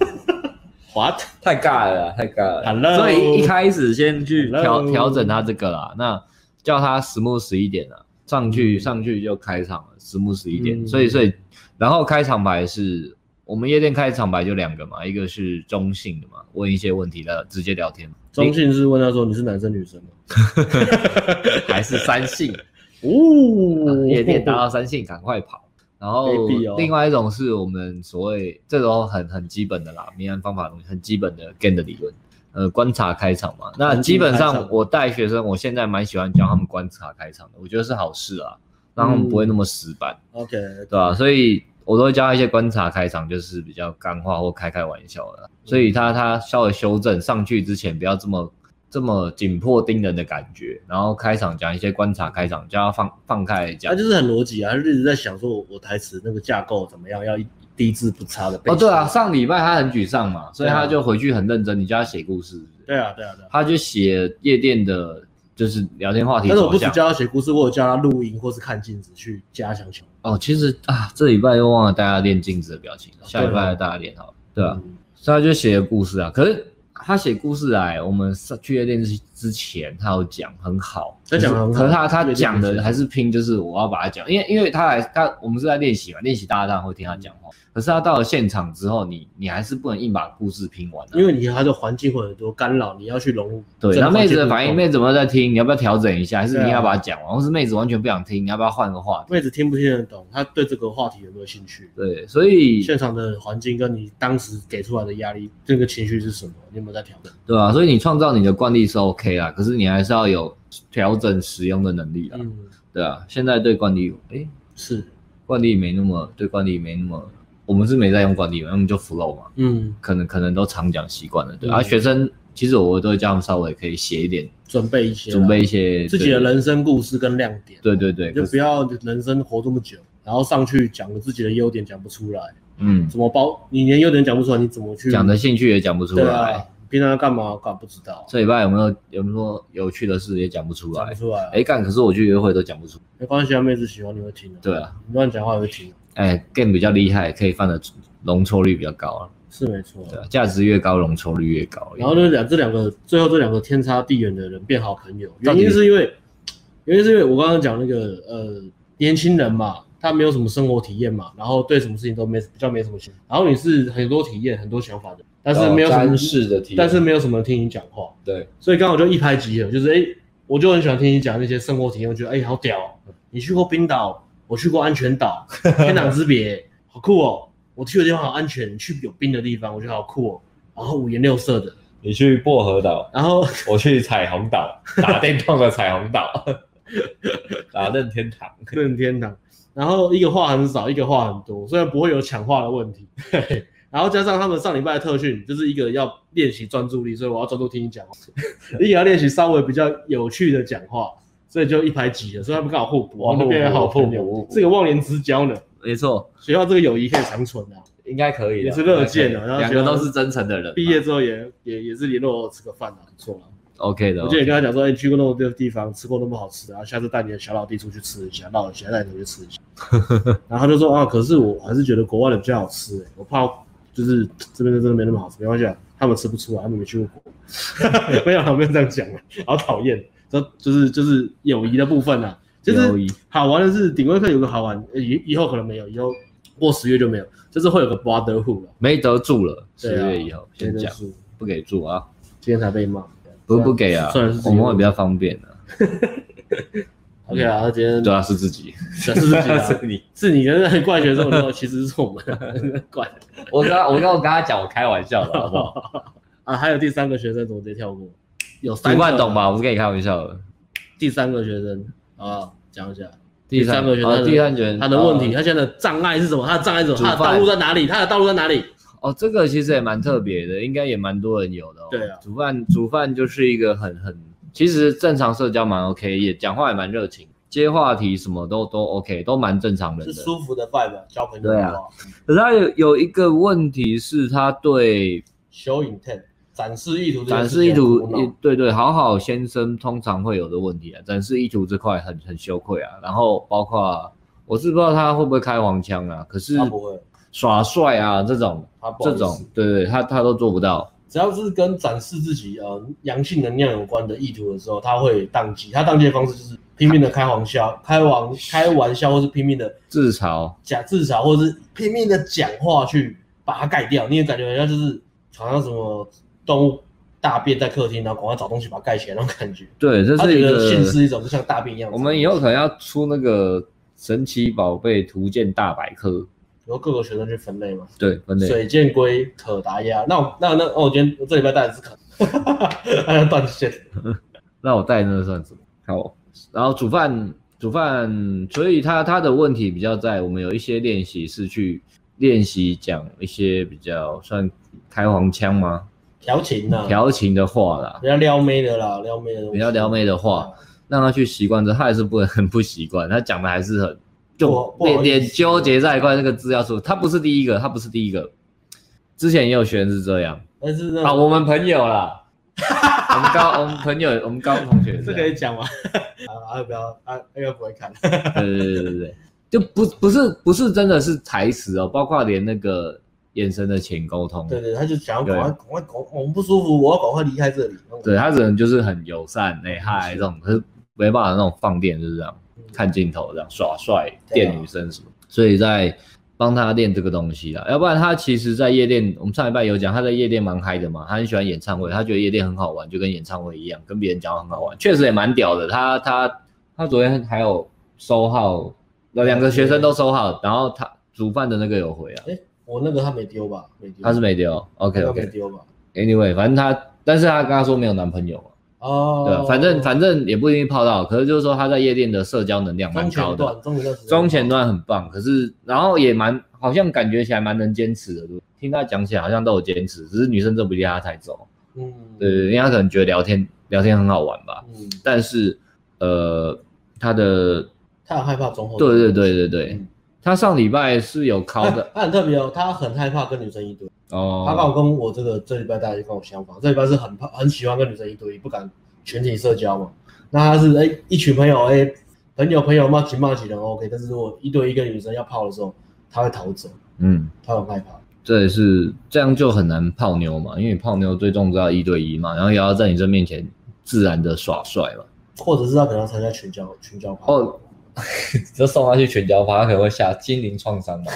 S2: what？
S1: 太尬了啦，太尬了。
S2: Hello
S1: 所以一开始先去调
S2: Hello
S1: 调整他这个啦，那叫他 smooth 一点啊，上去上去就开场了，smooth 一点。
S2: 嗯
S1: 所以所以然后开场白是我们夜店开场白就两个嘛，一个是中性的嘛，问一些问题的直接聊天，
S2: 中信是问他说你是男生女生吗？
S1: 还是三性。
S2: 哦，
S1: 啊夜店达到三性，赶快跑。然后
S2: Baby 哦
S1: 另外一种是我们所谓这种很很基本的啦，民安方法的东西，很基本的 gain 的理论，呃，观察开场嘛。那基本
S2: 观察开
S1: 上
S2: 场
S1: 我带学生，我现在蛮喜欢教他们观察开场的，我觉得是好事啊，让他们不会
S2: 嗯
S1: 那么死板，
S2: OK，
S1: 对吧、所以我都会教他一些观察开场，就是比较干话或开开玩笑的啦。所
S2: 嗯
S1: 以他他稍微修正上去之前，不要这么。这么紧迫盯人的感觉，然后开场讲一些观察开场，叫他放放开来讲
S2: 他，就是很逻辑啊，他就一直在想说我我台词那个架构怎么样，要一低字不差的背。
S1: 哦，对啊，，上礼拜他很沮丧嘛，所以
S2: 对啊
S1: 他就回去很认真，你叫他写故事，
S2: 对啊，对啊，对啊。
S1: 他就写夜店的，就是聊天话题
S2: 但是我
S1: 走
S2: 不只
S1: 向。
S2: 教他写故事，我有教他录音或是看镜子去加强求。
S1: 哦，其实啊，这礼拜又忘了大家练镜子的表情了，下礼
S2: 对啊
S1: 拜大家练好了，对啊，
S2: 嗯
S1: 所以他就写了故事啊。可是他写故事来，我们上去夜店之之前，他有讲很好，
S2: 他讲得很好
S1: 可是他他
S2: 夜店
S1: 讲
S2: 之
S1: 的
S2: 前
S1: 还是拼，就是我要把它讲，因为因为他来他我们是在练习嘛，练习大家当然会听他讲话，可是他到了现场之后，你你还是不能硬把故事拼完、啊，
S2: 因为你还的环境会有很多干扰，你要去融入。
S1: 对，
S2: 然
S1: 那
S2: 后
S1: 妹子的反应，妹子有没有在听？你要不要调整一下？还是
S2: 对啊
S1: 你要把它讲完？或是妹子完全不想听，你要不要换个话题？
S2: 妹子听不听得懂，她对这个话题有没有兴趣？
S1: 对，所以
S2: 现场的环境跟你当时给出来的压力，这个情绪是什么？你有没有在调整？
S1: 对吧、所以你创造你的惯例是 OK 啦，可是你还是要有调整使用的能力啦，
S2: 嗯，
S1: 对啊，现在对惯例，诶，
S2: 是，
S1: 惯例没那么对惯例没那么，我们是没在用惯例嘛，那我们就 flow 嘛，
S2: 嗯，
S1: 可能可能都常讲习惯了，对啊。
S2: 嗯
S1: 啊学生其实我都会叫他们稍微可以写一点，
S2: 准备一些啦，
S1: 准备一些
S2: 自己的，人生故事跟亮点。
S1: 对对对，
S2: 就
S1: 可是
S2: 不要人生活这么久，然后上去讲了自己的优点讲不出来，
S1: 嗯，
S2: 怎么包？你连优点讲不出来，你怎么去
S1: 讲的兴趣也讲不出
S2: 嗯对
S1: 来。
S2: 啊？平常要干嘛干嘛不知道，
S1: 这礼拜有没有有没有说有趣的事也讲不出
S2: 讲不
S1: 来？
S2: 出来啊。
S1: 哎，干，可是我去约会都讲不出。
S2: 没关系啊，妹子喜欢你会听的、
S1: 对啊，
S2: 你乱讲话也会听、
S1: 哎，game 比较厉害，可以犯的容错率比较高啊。
S2: 是没错啊、
S1: 对啊，价值越高，容错率越高。
S2: 然后呢，两这两个最后这两个天差地远的人变好朋友，
S1: 到
S2: 原
S1: 底
S2: 因是因为，原因是因为我刚刚讲那个呃年轻人嘛，他没有什么生活体验嘛，然后对什么事情都没比较没什么兴趣，然后你是很多体验很多想法的，但是没有什么
S1: 但是的题，
S2: 但是没有什么人听你讲话，
S1: 对，
S2: 所以刚好就一拍即合，就是哎、诶我就很喜欢听你讲那些生活体验，我觉得哎、诶好屌哦、你去过冰岛，我去过安全岛，天壤之别，好酷哦！我去的地方好安全，你去有冰的地方，我觉得好酷哦。然后五颜六色的，
S1: 你去薄荷岛，
S2: 然后
S1: 我去彩虹岛，打电动的彩虹岛，打任天堂。
S2: 任天堂，然后一个话很少，一个话很多，虽然不会有抢话的问题。然后加上他们上礼拜的特训，就是一个要练习专注力，所以我要专注听你讲 话；一个要练习稍微比较有趣的讲话，所以就一拍即合，所以他们刚好互补，
S1: 哇
S2: 我们就变成好朋
S1: 互补互
S2: 友，
S1: 补
S2: 是个忘年之交呢。
S1: 没错，
S2: 学校这个友谊可以长存啊。
S1: 应该可以的，
S2: 也是乐见啊
S1: 应该可以
S2: 然后
S1: 两
S2: 觉
S1: 个
S2: 得
S1: 都是真诚的人嘛，
S2: 毕业之后也也也是联络我吃个饭啊，不错啦。
S1: OK 的
S2: 我
S1: 哦
S2: 就，也跟他讲说，哎、你去过那么多地方，吃过那么好吃的，然后下次带你的小老弟出去吃一下，那我现在带你出去吃 一下。然后他就说啊，可是我还是觉得国外的比较好吃、欸，我怕就是这边的真的没那么好吃，没关系啊，他们吃不出来，他们没去过国。 没有啦，没有这样讲啊，好讨厌。这就是就是友谊的部分啊，就
S1: 友谊
S2: 是好玩的是顶规课有个好玩，呃以以后可能没有，以后过十月就没有，就是会有个 brotherhood 啊了。
S1: 没得住了，十
S2: 对啊
S1: 月以后先讲，
S2: 今
S1: 不给住啊，
S2: 天才被骂，
S1: 不不给啊
S2: 算是，
S1: 我们会比较方便的，
S2: OK 啊，那今天
S1: 对啊，是自己，
S2: 是自己啊。
S1: 是你，
S2: 是你的那怪学生，说其实是我们怪
S1: 我跟他我跟我跟他讲，我开玩笑的好不好？
S2: 啊。还有第三个学生怎么直接跳过？有
S1: 主
S2: 三
S1: 办懂
S2: 吧？
S1: 吧？我不跟你开玩笑的。
S2: 第三个学生啊，讲一下
S1: 第
S2: 三个学
S1: 哦
S2: 生，
S1: 第三学生
S2: 他的问题，
S1: 哦
S2: 他现在的障碍是什么？他的障碍是什么？
S1: 煮
S2: 他
S1: 饭
S2: 的道路在哪里？他的道路在哪里？
S1: 哦，这个其实也蛮特别的，应该也蛮多人有的、哦。
S2: 对啊
S1: 煮饭煮饭就是一个很很，其实正常社交蛮 OK，也讲话也蛮热情，接话题什么都都 OK，都蛮正常人的。
S2: 服的饭吧，交朋
S1: 对啊，可是他有有一个问题是，他对
S2: 修 intent 展示意图，
S1: 展示意图，对对，好好先生通常会有的问题啊，展示意图这块很很羞愧啊。然后包括我是不知道他会不会开黄腔啊，可是
S2: 会，
S1: 耍帅啊这种
S2: 他
S1: 这种，对对，他他都做不到。
S2: 只要是跟展示自己呃阳性能量有关的意图的时候，他会宕机。他宕机的方式就是拼命的开玩笑、开玩开玩笑，或是拼命的
S1: 自嘲，
S2: 假自嘲，或是拼命的讲话去把它盖掉。你也感觉人家就是好像什么动物大便在客厅，然后赶快找东西把它盖起来那种感觉。
S1: 对，这
S2: 他
S1: 是
S2: 觉
S1: 一
S2: 得性
S1: 个。
S2: 是一种像大便一样。
S1: 我们以后可能要出那个神奇宝贝图鉴大百科，
S2: 由各个学生去分类嘛。
S1: 对，分类。
S2: 水箭龟、可达鸭，那我那那哦，我今天我这礼拜带的是可， 还要断线。
S1: 那我带那个算什么？好，然后煮饭，煮饭，所以他他的问题比较在我们有一些练习是去练习讲一些比较算开黄腔吗？
S2: 调情呐、
S1: 调情的话啦，
S2: 比较撩妹的啦，撩妹的东西，
S1: 比较撩妹的话，让他去习惯这，他还是不能很不习惯，他讲的还是很就
S2: 不好意
S1: 脸
S2: 思
S1: 脸纠结在一块。那个字要出，他不是第一个，他不是第一个，之前也有学员是这样。
S2: 但是那
S1: 啊，我们朋友啦，我们高我们朋友，我们高中同学是
S2: 这
S1: 这
S2: 可
S1: 样，
S2: 以讲吗？啊啊，不要啊，那个不会看，
S1: 对对对对对，就不不是不是真的是台词哦，包括连那个眼神的浅沟通，
S2: 对对，他就想要
S1: 对
S2: 赶快赶快赶，我们不舒服，我要赶快离开这里。
S1: 对他只能就是很友善，哎、嗨这种，可是没办法那种放电就是这样，
S2: 嗯
S1: 看镜头这样耍帅
S2: 对啊
S1: 电女生什么，所以在帮他练这个东西啦，要不然他其实，在夜店，我们上礼拜有讲他在夜店蛮嗨的嘛，他很喜欢演唱会，他觉得夜店很好玩，就跟演唱会一样，跟别人讲话很好玩，确实也蛮屌的。他他他昨天还有收号，那两个学生都收号，然后他煮饭的那个有回啊，
S2: 我那个他没丢吧？没丢，
S1: 他是没丢，OK
S2: 他
S1: OK，
S2: 嗯没丢吧？
S1: Anyway，反正她，但是她跟她说没有男朋友嘛，
S2: 哦，
S1: 对吧，啊反正反正也不一定泡到，可是就是说她在夜店的社交能量蛮
S2: 中
S1: 高
S2: 前
S1: 的，
S2: 段，中前段时间，
S1: 中前段很棒，可是然后也蛮好像感觉起来蛮能坚持的，对不对听她讲起来好像都有坚持，只是女生这不厉害她才走，
S2: 嗯，
S1: 对，因为她可能觉得聊天聊天很好玩吧，
S2: 嗯，
S1: 但是呃，她的
S2: 他很害怕中后段，
S1: 对对对对对
S2: 嗯，
S1: 她上礼拜是有考
S2: 他
S1: 的
S2: 他很特别哦，他很害怕跟女生一对一。他刚
S1: 哦，
S2: 好跟我这个这礼拜大家就跟我相反，这礼拜是很怕很喜欢跟女生一对一，不敢群体社交嘛。那他是哎、一群朋友哎、朋友朋友骂几骂几人 OK，但是如果一对一跟女生要泡的时候，他会逃走，
S1: 嗯。
S2: 他很害怕。
S1: 这也是这样就很难泡妞嘛，因为泡妞最重要的一对一嘛，然后也要在女生面前自然的耍帅 嘛。
S2: 或者是他可能要参加群交群交趴，
S1: 哦，这送他去全交趴，他可能会下心灵创伤吧。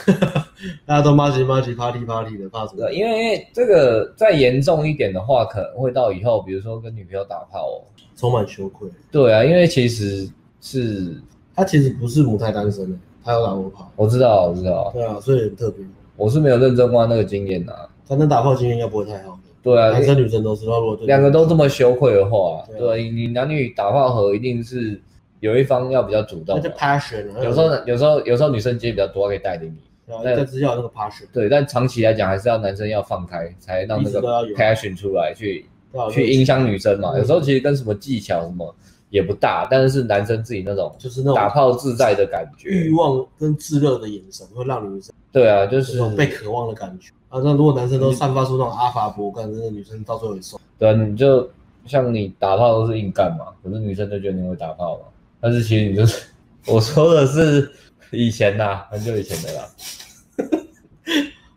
S2: 大家都骂几骂几 party party 的，怕什么？
S1: 因为因为这个再严重一点的话，可能会到以后，比如说跟女朋友打炮哦。
S2: 充满羞愧。
S1: 对啊，因为其实是
S2: 他其实不是母胎单身的，他有打过炮。
S1: 我知道我知道，
S2: 对啊，所以很特别。
S1: 我是没有认真挖那个经验的、啊。
S2: 反正打炮经验应该不会太好的，
S1: 对啊，
S2: 男生女生都知道。如果对
S1: 两个都这么羞愧的话，
S2: 对啊
S1: 对啊你你男女打炮合一定是有一方要比较主动
S2: 那
S1: 嘛，
S2: 就 passion 了。
S1: 啊有时候，有时候，有时候女生接比较多，可以带领你。
S2: 对啊但是要有那个 passion，
S1: 对，但长期来讲，还是要男生要放开，才让那
S2: 一直
S1: 个
S2: 都要有
S1: passion 出来，去
S2: 对啊
S1: 去
S2: 对
S1: 影响女生嘛。
S2: 嗯
S1: 有时候其实跟什么技巧什么也不大，但是男生自己那种
S2: 就是那种
S1: 打炮自在的感觉
S2: 欲，望跟炙热的眼神会让女生
S1: 对啊，就
S2: 这
S1: 是
S2: 种被渴望的感觉。啊，那如果男生都散发出那种阿法波，干，真的女生到最后也受。
S1: 对啊，你就像你打炮都是硬干嘛，可是女生就觉得你会打炮嘛。但是其实你就是， 我说的是以前呐、很久以前的啦。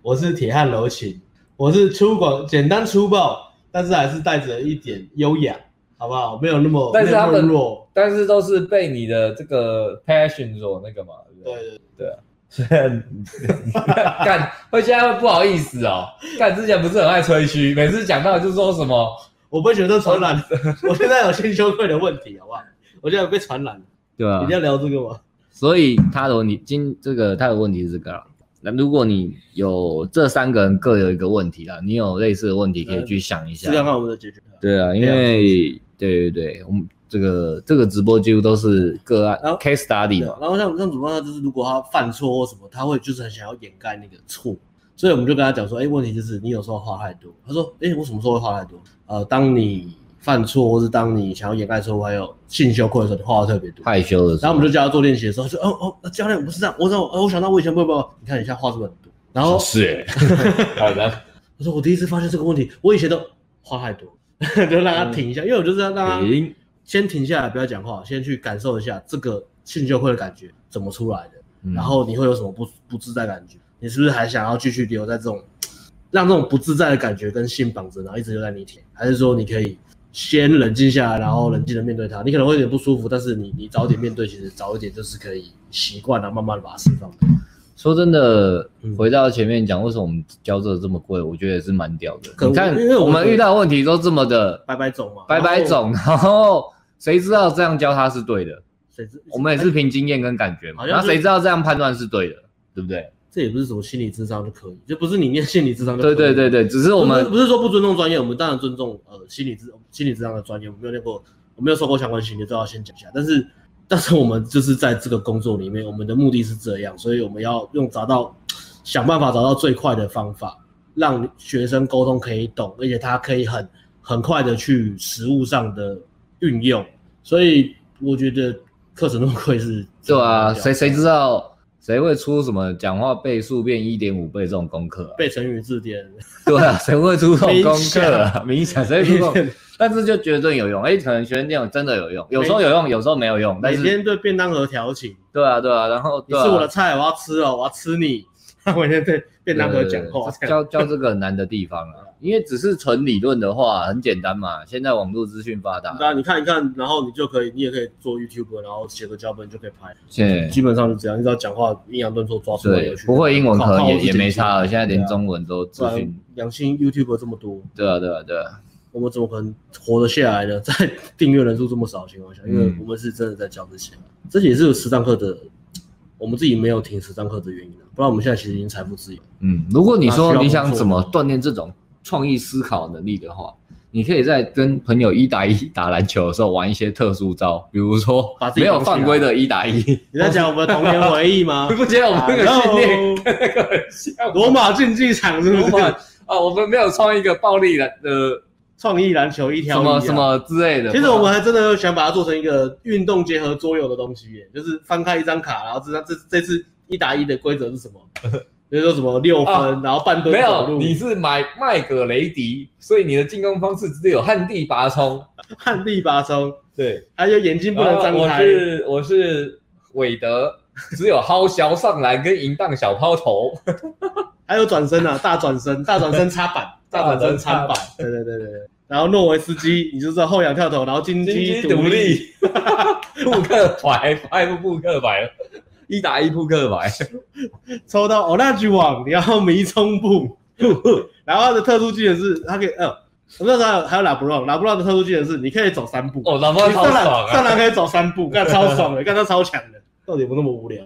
S2: 我是铁汉柔情，我是粗犷简单粗暴，但是还是带着一点优雅，好不好？没有那么
S1: 但是他
S2: 没有
S1: 们
S2: 那么弱，
S1: 但是都是被你的这个 passion 所那个嘛，对不
S2: 对
S1: 对？
S2: 对，对
S1: 虽然 干，会现在会不好意思哦。干之前不是很爱吹嘘，每次讲到就说什么
S2: 我被学生 传染，我现在有性羞愧的问题，好不好？我现在有被传染，
S1: 对吧
S2: 一定要聊这个吗？
S1: 所以他的问题，今这个他的问题是这个啦。那如果你有这三个人各有一个问题啦，你有类似的问题可以去想一下
S2: 试。看看我们的解决。
S1: 对啊，因为对对对，我们这个这个直播几乎都是个案、
S2: 然后
S1: case study
S2: 对啊
S1: 嘛。
S2: 然后像像主办方就是，如果他犯错或什么，他会就是很想要掩盖那个错，所以我们就跟他讲说，哎、问题就是你有时候话太多。他说，哎、我什么时候会话太多？呃，当你犯错或是当你想要掩盖错误，还有性羞愧的时候，你话会特别多。
S1: 害羞的时候，
S2: 然后我们就教他做练习的时候，他说，哦哦，那教练我不是这样，我让我、呃我想到我以前会不会，你看你现在话是不是很多？然后
S1: 是，好 的，
S2: 他说，我第一次发现这个问题，我以前都话太多， 就让他停一下，因为我就是要让他
S1: 停，
S2: 先停下来，不要讲话，先去感受一下这个性羞愧的感觉怎么出来的。
S1: 嗯
S2: 然后你会有什么不不自在感觉？你是不是还想要继续留在这种，让这种不自在的感觉跟性绑着，然后一直留在你体内？还是说你可以先冷静下来，然后冷静的面对它？你可能会有点不舒服，但是你你早点面对，其实早一点就是可以习惯然后慢慢的把它释放。
S1: 说真的
S2: 嗯，
S1: 回到前面讲，为什么我们交这个这么贵，我觉得也是蛮屌的。
S2: 可我
S1: 你看
S2: 因为，我哦
S1: 我们
S2: 觉得
S1: 遇到问题都这么的
S2: 拜拜总嘛，
S1: 白白
S2: 然后
S1: 种， 然后谁知道这样教他是对的？
S2: 谁知
S1: 我们也是凭经验跟感觉嘛，
S2: 好像
S1: 然
S2: 是
S1: 后谁知道这样判断是对的，对不对？
S2: 这也不是什么心理智商就可以，这不是你念心理智商就可
S1: 对
S2: 以
S1: 对对对，只是我们
S2: 不是不是说不尊重专业，我们当然尊重呃心理治心理治疗的专业，我们没有练过，我没有受过相关训练，都要先讲一下。但是但是我们就是在这个工作里面，我们的目的是这样，所以我们要用找到想办法找到最快的方法，让学生沟通可以懂，而且他可以很很快的去实物上的运用。所以我觉得课程那么贵是
S1: 对啊，谁谁知道谁会出什么讲话倍数变一点五倍这种功课、啊？
S2: 背成语字典
S1: 对啊，谁会出这种功
S2: 冥
S1: 课、啊
S2: 想？
S1: 冥想谁会出这种？但是就绝对有用，哎、可能学生这种真的有用，有时候有用，有时候没有用，但
S2: 每
S1: 是
S2: 天对便当盒调情。
S1: 对啊对啊，然后
S2: 你
S1: 对啊，
S2: 是我的菜，我要吃哦，我要吃你。 他每天对便当盒讲话，
S1: 对教教这个很难的地方啊，因为只是纯理论的话很简单嘛，现在网络资讯发达，
S2: 对啊，你看一看，然后你就可以，你也可以做 YouTube，然后写个脚本就可以拍，
S1: 现在
S2: 基本上就这样，你只要讲话抑扬顿挫抓出来
S1: 对
S2: 有趣。
S1: 不会英文可
S2: 靠
S1: 能
S2: 靠我
S1: 也
S2: 自己
S1: 也没差了，现在连
S2: 对啊
S1: 中文都资
S2: 不然
S1: 讯，
S2: 良心 YouTube 这么多，
S1: 对啊对啊对啊，
S2: 我们怎么可能活得下来呢？在订阅人数这么少的情况下，因为
S1: 嗯
S2: 我们是真的在教这些，这也是有实战课的，我们自己没有停实战课的原因啊不然我们现在其实已经财富自由。
S1: 嗯，如果你说
S2: 那需要
S1: 你想
S2: 工作
S1: 怎么锻炼这种创意思考能力的话，你可以在跟朋友一打一打篮球的时候玩一些特殊招，比如说
S2: 把自己啊
S1: 没有
S2: 绑起来
S1: 犯规的一打 一。
S2: 你在讲我们的童年回忆吗
S1: 你？不 觉得我们这个训练
S2: Hello
S1: 跟那个很像吗？
S2: 罗马竞技场是不
S1: 我们
S2: 是？
S1: 啊，我们没有创一个暴力的呃
S2: 创意篮球一条
S1: 什
S2: 一啊
S1: 么什么之类的。
S2: 其实我们还真的想把它做成一个运动结合桌游的东西耶，就是翻开一张卡，然后这张这这次一打一的规则是 什么？比如说什么六分，
S1: 啊
S2: 然后半蹲
S1: 没
S2: 走
S1: 有，
S2: 路，
S1: 你是买麦格雷迪，所以你的进攻方式只有旱地拔葱。
S2: 旱地拔葱，
S1: 对，
S2: 还有眼睛不能张
S1: 啊我
S2: 开，
S1: 是我是韦德，只有薅削上篮跟淫荡小抛投。
S2: 还有转身啊，大转身，大转身插 板，大转身插
S1: 大转
S2: 板，对对对对对。然后诺维斯基，你就是后仰跳投，然后金
S1: 金鸡
S2: 鸡独
S1: 独
S2: 立，
S1: 立，扑克牌，拍不扑克牌了，一打一扑克牌，
S2: 抽到哦 o l a j u w 然后迷 踪步，然后他的特殊技能是，他可以，呃，我那时候还有还有拉布朗，拉布朗的特殊技能是，你可以走三步。
S1: 哦，老方
S2: 你
S1: 超
S2: 上
S1: 爽
S2: 篮上
S1: 啊！
S2: 篮可以走 三步，干超爽的，干他超强的，到底有没有那么无聊？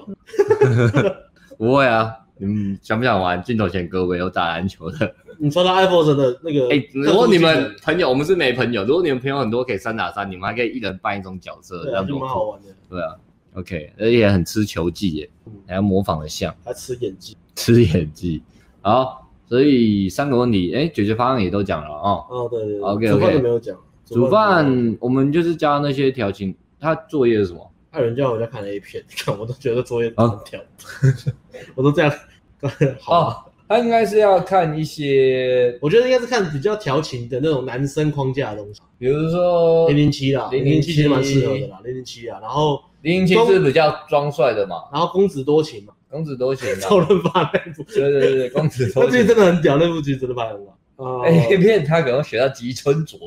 S1: 不会啊，你们想不想玩？镜头前各位有打篮球的，
S2: 你说到 iPhone 的那个，
S1: 哎、如果你们朋友，我们是没朋友，如果你们朋友很多，可以三打三，你们还可以一人扮一种角色，这
S2: 对啊，
S1: 样
S2: 就
S1: 多
S2: 蛮好
S1: 酷
S2: 玩的，
S1: 对啊，OK，而且很吃球技耶
S2: 嗯，
S1: 还要模仿的像，
S2: 还吃演技。
S1: 吃演技。好，所以三个问题，哎、解决方案也都讲了哦。
S2: 哦，对对对
S1: OK，OK
S2: 煮饭就没有讲，
S1: 煮饭我们就是教那些调情，他作业是什么？
S2: 还有人叫我在看 A 片，看我都觉得作业
S1: 啊
S2: 单调，我都这样。好吧
S1: 哦，他应该是要看一些，
S2: 我觉得应该是看比较调情的那种男生框架的东西，
S1: 比如说
S2: 零零七啦，零零
S1: 007
S2: 七其实蛮适合的啦，零零七啊，然后
S1: 林青是比较装帅的嘛，
S2: 然后公子多情嘛，
S1: 公子多情 啊，
S2: 超人发那部，
S1: 对对对，公子
S2: 那
S1: 多
S2: 部剧
S1: 情。
S2: 真的很屌，那部剧真的拍得很好。哦
S1: 哎，A 片他可能学到吉村卓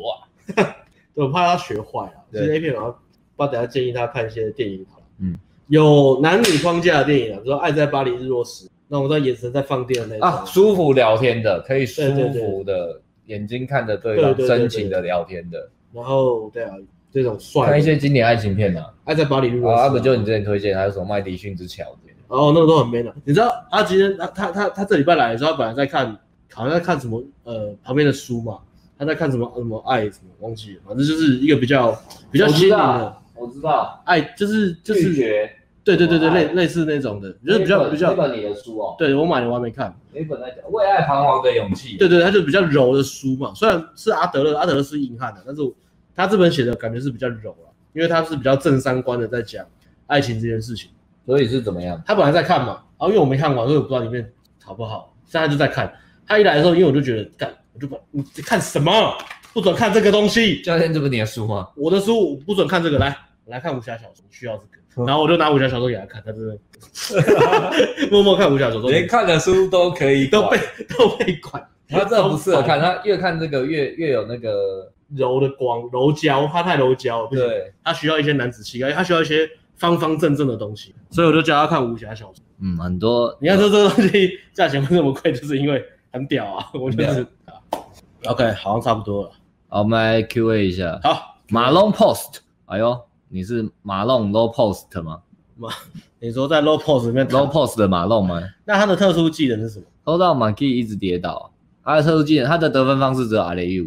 S1: 啊，
S2: 我怕他学坏啊了。其
S1: 对
S2: 实 A 片，然后不知道等下建议他看一些电影好了。
S1: 嗯，
S2: 有男女框架的电影啊，比如说《爱在巴黎日落时》，那我知道眼神在放电的那种
S1: 啊，舒服聊天的，可以舒
S2: 对对对
S1: 服的眼睛看着对方，
S2: 对对对对
S1: 深情的聊天的，
S2: 然后对啊，这种帅
S1: 看一
S2: 的，《
S1: 些经典爱情片啊，
S2: 爱在巴黎日落时》
S1: 啊，不就你之前推荐还有什么麦迪逊之桥之类的，
S2: 哦，那个都很 man 的、你知道阿吉呢？他他他他这礼拜来的时候，他本来在看，好像在看什么呃旁边的书嘛，他在看什么什么爱什么忘记了，反正就是一个比较比较
S1: 我
S2: 新
S1: 知
S2: 颖的
S1: 道，我知道，
S2: 爱，就是就是
S1: 拒绝
S2: 对对对对
S1: 哦我爱
S2: 类类似那种的，就是比较比较
S1: 那本你的书哦，
S2: 对我买了我还没看，
S1: 那本在讲为爱彷徨的勇气，
S2: 对对，他就比较柔的书嘛，虽然是阿德勒，阿德勒是硬汉啊的，但是我他这本写的感觉是比较柔了，因为他是比较正三观的在讲爱情这件事情。
S1: 所以是怎么样？
S2: 他本来在看嘛，然后因为我没看完，所以我不知道里面好不好。现在就在看，他一来的时候，因为我就觉得干，我就把你在看什么，不准看这个东西，
S1: 教练，这不是你的书吗？
S2: 我的书我不准看这个，来我来看武侠小说，需要这
S1: 嗯
S2: 个。然后我就拿武侠小说给他看，他真的 默默看武侠小说，
S1: 连看的书都可以
S2: 都被
S1: 管
S2: 都被管。
S1: 他这不适合看，他越看这个越越有那个
S2: 柔的光，柔焦，他太柔焦了，不行
S1: 对，
S2: 他需要一些男子气概，他需要一些方方正正的东西，所以我就教他看武侠小说。
S1: 嗯，很多
S2: 你看说这个东西价钱为什么贵，就是因为很屌啊，我就
S1: 很
S2: 是。OK，好啊像差不多了。
S1: 好，我们来 Q A 一下
S2: 好，
S1: 马龙 Post，哎呦，你是马龙 Low Post 吗
S2: 你说在 Low Pose 里面
S1: ？Low
S2: ，Low，
S1: Post 的马龙吗？
S2: 那他的特殊技能是什么？
S1: 偷到 m a k 一直跌倒，他的特殊技能，他的得分方式只有 R U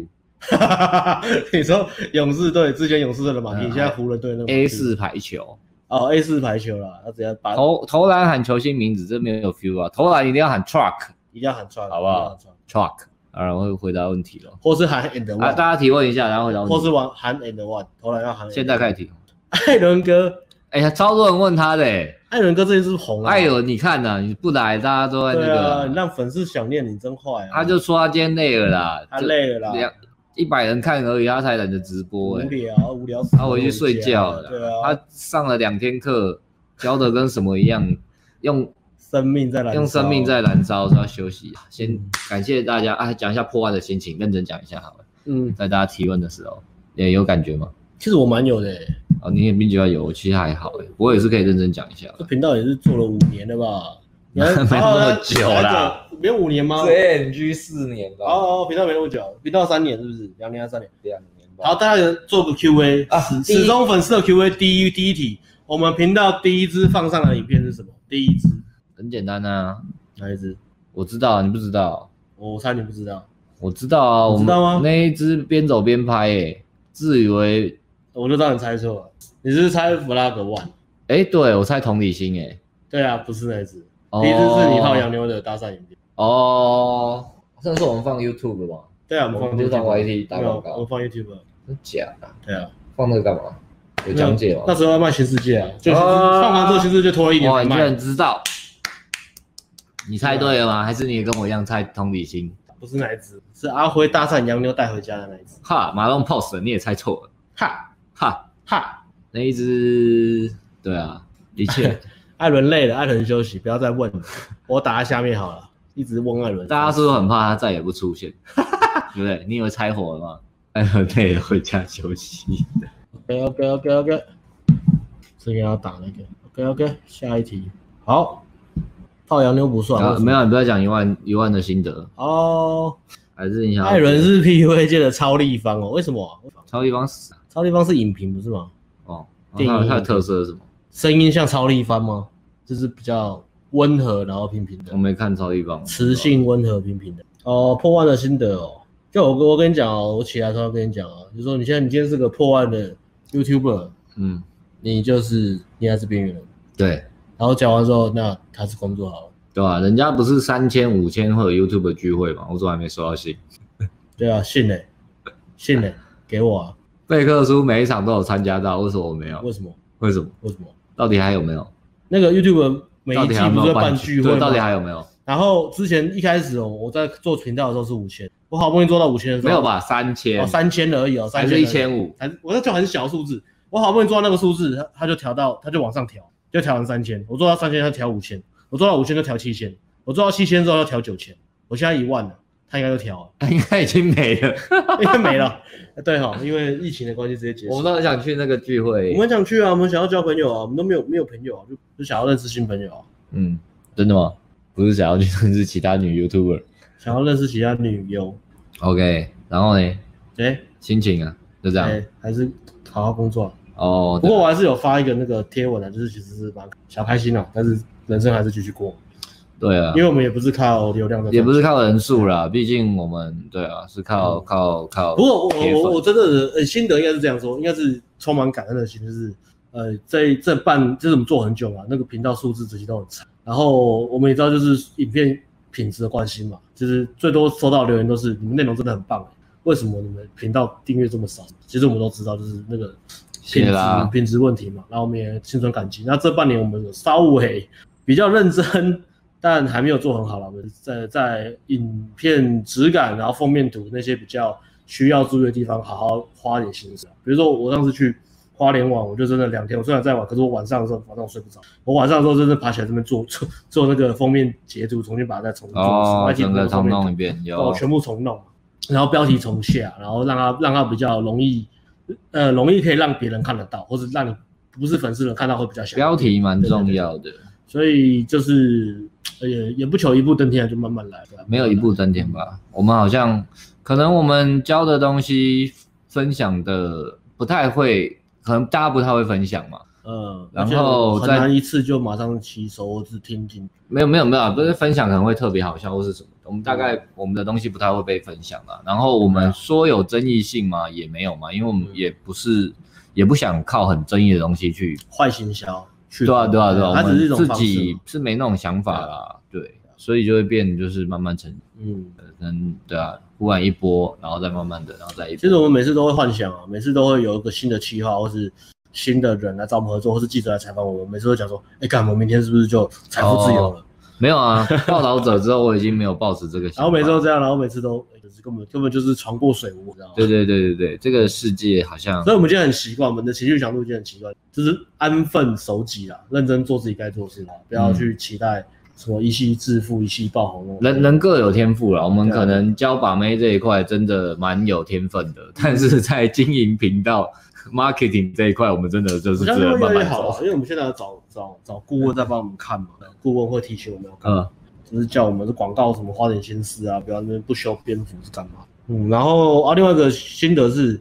S2: 你说勇士队之前勇士队的马
S1: 嗯
S2: 蒂，现在湖人队那个马蒂
S1: A 四排球，
S2: 哦 A 四排球啦，他只要把
S1: 投投篮喊球星名字，这没有 feel 啊，投篮一定要喊 Truck
S2: 一定要喊穿，
S1: 好不好
S2: 一定要喊穿？
S1: Truck，啊，我会回答问题了。
S2: 或是喊 and
S1: 啊，
S2: one，
S1: 大家提问一下，然后回答问题。
S2: 或是玩喊 and one，投篮要喊 and one。
S1: 现在开始提。
S2: 艾伦哥，
S1: 哎呀，超多人问他的、欸，
S2: 艾伦哥最近是不是红了？啊
S1: 哎呦，你看呐、你不来，大家都在那
S2: 对
S1: 个
S2: 啊，你，让粉丝想念你真坏啊！
S1: 他就说他今天累了啦，
S2: 他
S1: 就
S2: 累了啦，
S1: 两一百人看而已，他才懒得直播
S2: 无
S1: 哎、
S2: 聊无聊死了，
S1: 他回去睡觉了
S2: 对
S1: 啦。
S2: 啊，
S1: 他上了两天课，教的跟什么一样，用
S2: 生命在燃烧，
S1: 用生命在燃烧，说要休息。先
S2: 嗯
S1: 感谢大家啊，讲一下破案的心情，认真讲一下好了，
S2: 嗯，
S1: 在大家提问的时候也有感觉吗？
S2: 其实我蛮有的欸，
S1: 哦，你也并觉得有，我其实还好哎、我也是可以认真讲一下
S2: 这
S1: 的。
S2: 频道也是做了五年了吧？你还
S1: 没有那么久啦，
S2: 还还没有五年吗？
S1: JNG 四年吧
S2: 哦哦，频道没那么久，频道三年是不是？两年还是三年？
S1: 两年吧
S2: 好，大家有做个 Q&A
S1: 啊
S2: 始
S1: 第一
S2: 始终粉丝的 Q&A 第一第一题，我们频道第一支放上来的影片是什么？第一支
S1: 很简单啊，
S2: 哪一支？
S1: 我知道，你不知道，
S2: 我差点不知道，
S1: 我知道啊，我
S2: 你知道吗
S1: 们那一只边走边拍、欸，自以为，
S2: 我就让你猜错了，你是猜 Vlog One。
S1: 哎、对我猜同理心、欸，
S2: 对啊，不是那一只，
S1: 哎，
S2: 第一只是你泡洋妞的搭讪影片。
S1: 哦，上次我们放 YouTube 吧，
S2: 对啊，我们
S1: 我
S2: 放
S1: 们就
S2: YouTube，
S1: 放 YT 打
S2: 没有
S1: 广告
S2: 我们放 YouTube。
S1: 真假的啊，
S2: 对啊，
S1: 放那个干嘛？有讲解吗
S2: 那？时候要卖全世界啊，就是
S1: 啊
S2: 放完之后全世界拖了一年
S1: 哇，
S2: 才
S1: 你居
S2: 卖
S1: 然，知道，你猜对了吗？还是你也跟我一样猜同理心？
S2: 不是那一只，是阿辉搭讪洋妞带回家的那一只。
S1: 哈，马龙 pose 你也猜错了，
S2: 哈
S1: 哈，
S2: 哈，
S1: 那一只，对啊，的确。
S2: 艾伦累了，艾伦休息，不要再 问了，我打在下面好了，一直问艾伦。
S1: 大家是不是很怕他再也不出 现？对不对？你以为拆火了吗？哎，很累了，回家休息。
S2: OK OK OK OK，这个要打那个 OK OK，下一题。好，泡洋妞不算，
S1: 然
S2: 为
S1: 后
S2: 什
S1: 啊
S2: 么
S1: 没有，你不要讲一万一万的心得，
S2: 哦。
S1: 还是你想要
S2: 艾伦是 PUA 界的超立方哦，为什么啊、
S1: 超地方死啊
S2: 超立方是影评不是吗？
S1: 哦？
S2: 电影
S1: 它它的特色是什么？
S2: 声音像超立方吗？就是比较温和，然后平平的
S1: 我，没看超地方，啊
S2: 磁性温和平平的。哦，破万的心得哦，就我我跟你讲哦，我起来的时候跟你讲哦，就说你现在你今天是个破万的 YouTuber，
S1: 嗯，
S2: 你就是你还是边缘人。
S1: 对
S2: 然后讲完之后，那还是工作好了。
S1: 对吧、人家不是三千五千会有 YouTube 聚会嘛？我怎么还没收到信？
S2: 对啊，信嘞、信嘞、给我啊？
S1: 贝克书每一场都有参加到，为什么我没有？
S2: 为什么？
S1: 为什么？
S2: 为什么？
S1: 到底还有没有？
S2: 那个 YouTuber 每
S1: 到
S2: 一
S1: 底
S2: 季
S1: 还有没
S2: 不是
S1: 有
S2: 会办
S1: 办
S2: 聚会吗
S1: 对，到底还有没有？
S2: 然后之前一开始哦，我在做频道的时候是五千，我好不容易做到五千的时候，
S1: 没有？吧？三千、
S2: 哦，三千而已哦，
S1: 还
S2: 三
S1: 是
S2: 千
S1: 一千五？
S2: 还是我那就很小的数字，我好不容易做到那个数字，他他就调到他就往上调，就调成三千，我做到三千，他调五千，我做到五千就调七千，我做到七千之后要调九千，我现在一万了，他应该就调了，
S1: 应该已经没了。
S2: 因为没了，对哈、因为疫情的关系直接结束。
S1: 我们都很想去那个聚会
S2: 我。们想去啊，我们想要交朋友啊，我们都没有没有朋友啊，就就想要认识新朋友啊，
S1: 嗯，真的吗？不是想要去认识其他女 YouTuber。
S2: 想要认识其他女优，
S1: OK，然后呢，
S2: 哎、
S1: 心情啊，就这
S2: 哎、
S1: 样。
S2: 还是好好工作啊、
S1: 哦，
S2: 不过我还是有发一个那个贴文啊，就是其实是蛮小开心啊，但是人生还是继续过，
S1: 对啊
S2: 因，为我们也不是靠流量的，
S1: 也不是。靠人数啦，毕竟我们对啊，是靠
S2: 嗯
S1: 靠靠。
S2: 不过我
S1: 铁
S2: 我
S1: 粉
S2: 我我真的是呃心得应该是这样说，应该是充满感恩的心，就是呃这这半就是我们做很久嘛，那个频道数字这些都很差，然后我们也知道就是影片品质的关系嘛，就是最多收到的留言都是你们内容真的很棒、欸为什么你们频道订阅这么少？其实我们都知道，就是那个
S1: 谢谢
S2: 品质
S1: 啦
S2: 品质问题嘛，然后我们也心存感激。那这半年我们有稍微比较认真，但还没有做很好了。我们在在影片质感，然后封面图那些比较需要注意的地方，好好花点心思啊。比如说我上次去花莲玩，我就真的两天，我虽然在玩，可是我晚上的时候晚上我睡不着，我晚上的时候真的爬起来这边 做做做那个封面截图，重新把它再重新做一次，我
S1: 哦
S2: 还，记得
S1: 整
S2: 那
S1: 个
S2: 封
S1: 重
S2: 面图
S1: 弄一遍，
S2: 哦，
S1: 有
S2: 全部重弄，然后标题重下，然后让它让它比较容易，呃，容易可以让别人看得到，或者让你不是粉丝人看到会比较想。
S1: 标，题蛮重要的，
S2: 所以就是呃也也不求一步登天，就慢慢来吧。
S1: 没有一步登天吧？我们好像可能我们教的东西分享的不太会，可能大家不太会分享嘛。
S2: 嗯，
S1: 然后
S2: 而且
S1: 再
S2: 很难一次就马上吸收或是听进去。
S1: 没有没有没有，不是分享可能会特别好笑或是什么的。我们大概我们的东西不太会被分享啦。然后我们说有争议性嘛，也没有嘛，因为我们
S2: 嗯
S1: 也不是也不想靠很争议的东西去。
S2: 坏行销去哎
S1: 对啊对啊对啊，
S2: 它
S1: 我
S2: 只是一
S1: 们
S2: 种
S1: 自
S2: 方式
S1: 己
S2: 嘛啊
S1: 是没那种想法啦，对，所以就会变就是慢慢成，
S2: 嗯。
S1: 可能对啊，忽然一波，然后再慢慢的，然后再一
S2: 其实
S1: 波。
S2: 我们每次都会幻想啊，每次都会有一个新的企划，或是新的人来找我们合作，或是记者来采访我们，每次都讲说，哎、干，我们明天是不是就财富自由了？
S1: 没有啊，报道者之后我已经没有抱持这个想法。
S2: 然 后每次都这样，然后每次都哎就是根本根本就是船过水无，你知道吗？
S1: 对对对对对，这个世界好 像
S2: 所以我们今天很习惯，我们的情绪强度就很奇怪，就是安分守己啦，认真做自己该做的事啦，不
S1: 嗯
S2: 要去期待什么一夕致富、一夕爆红哦那种。
S1: 人人各有天赋啦，我们
S2: 对啊
S1: 可能教把妹这一块真的蛮有天分的，
S2: 啊
S1: 但是在经营频道 marketing 这一块，我们真的就是只
S2: 我相信
S1: 能
S2: 会越
S1: 慢
S2: 来越
S1: 慢
S2: 好啊，
S1: 走。
S2: 因为我们现在要找找找顾问在帮我们看嘛，顾问会提醒我们要干嘛
S1: 嗯，
S2: 就是叫我们的广告什么花点心思啊，不要那边不修边幅是干嘛？嗯，然后啊，另外一个心得是，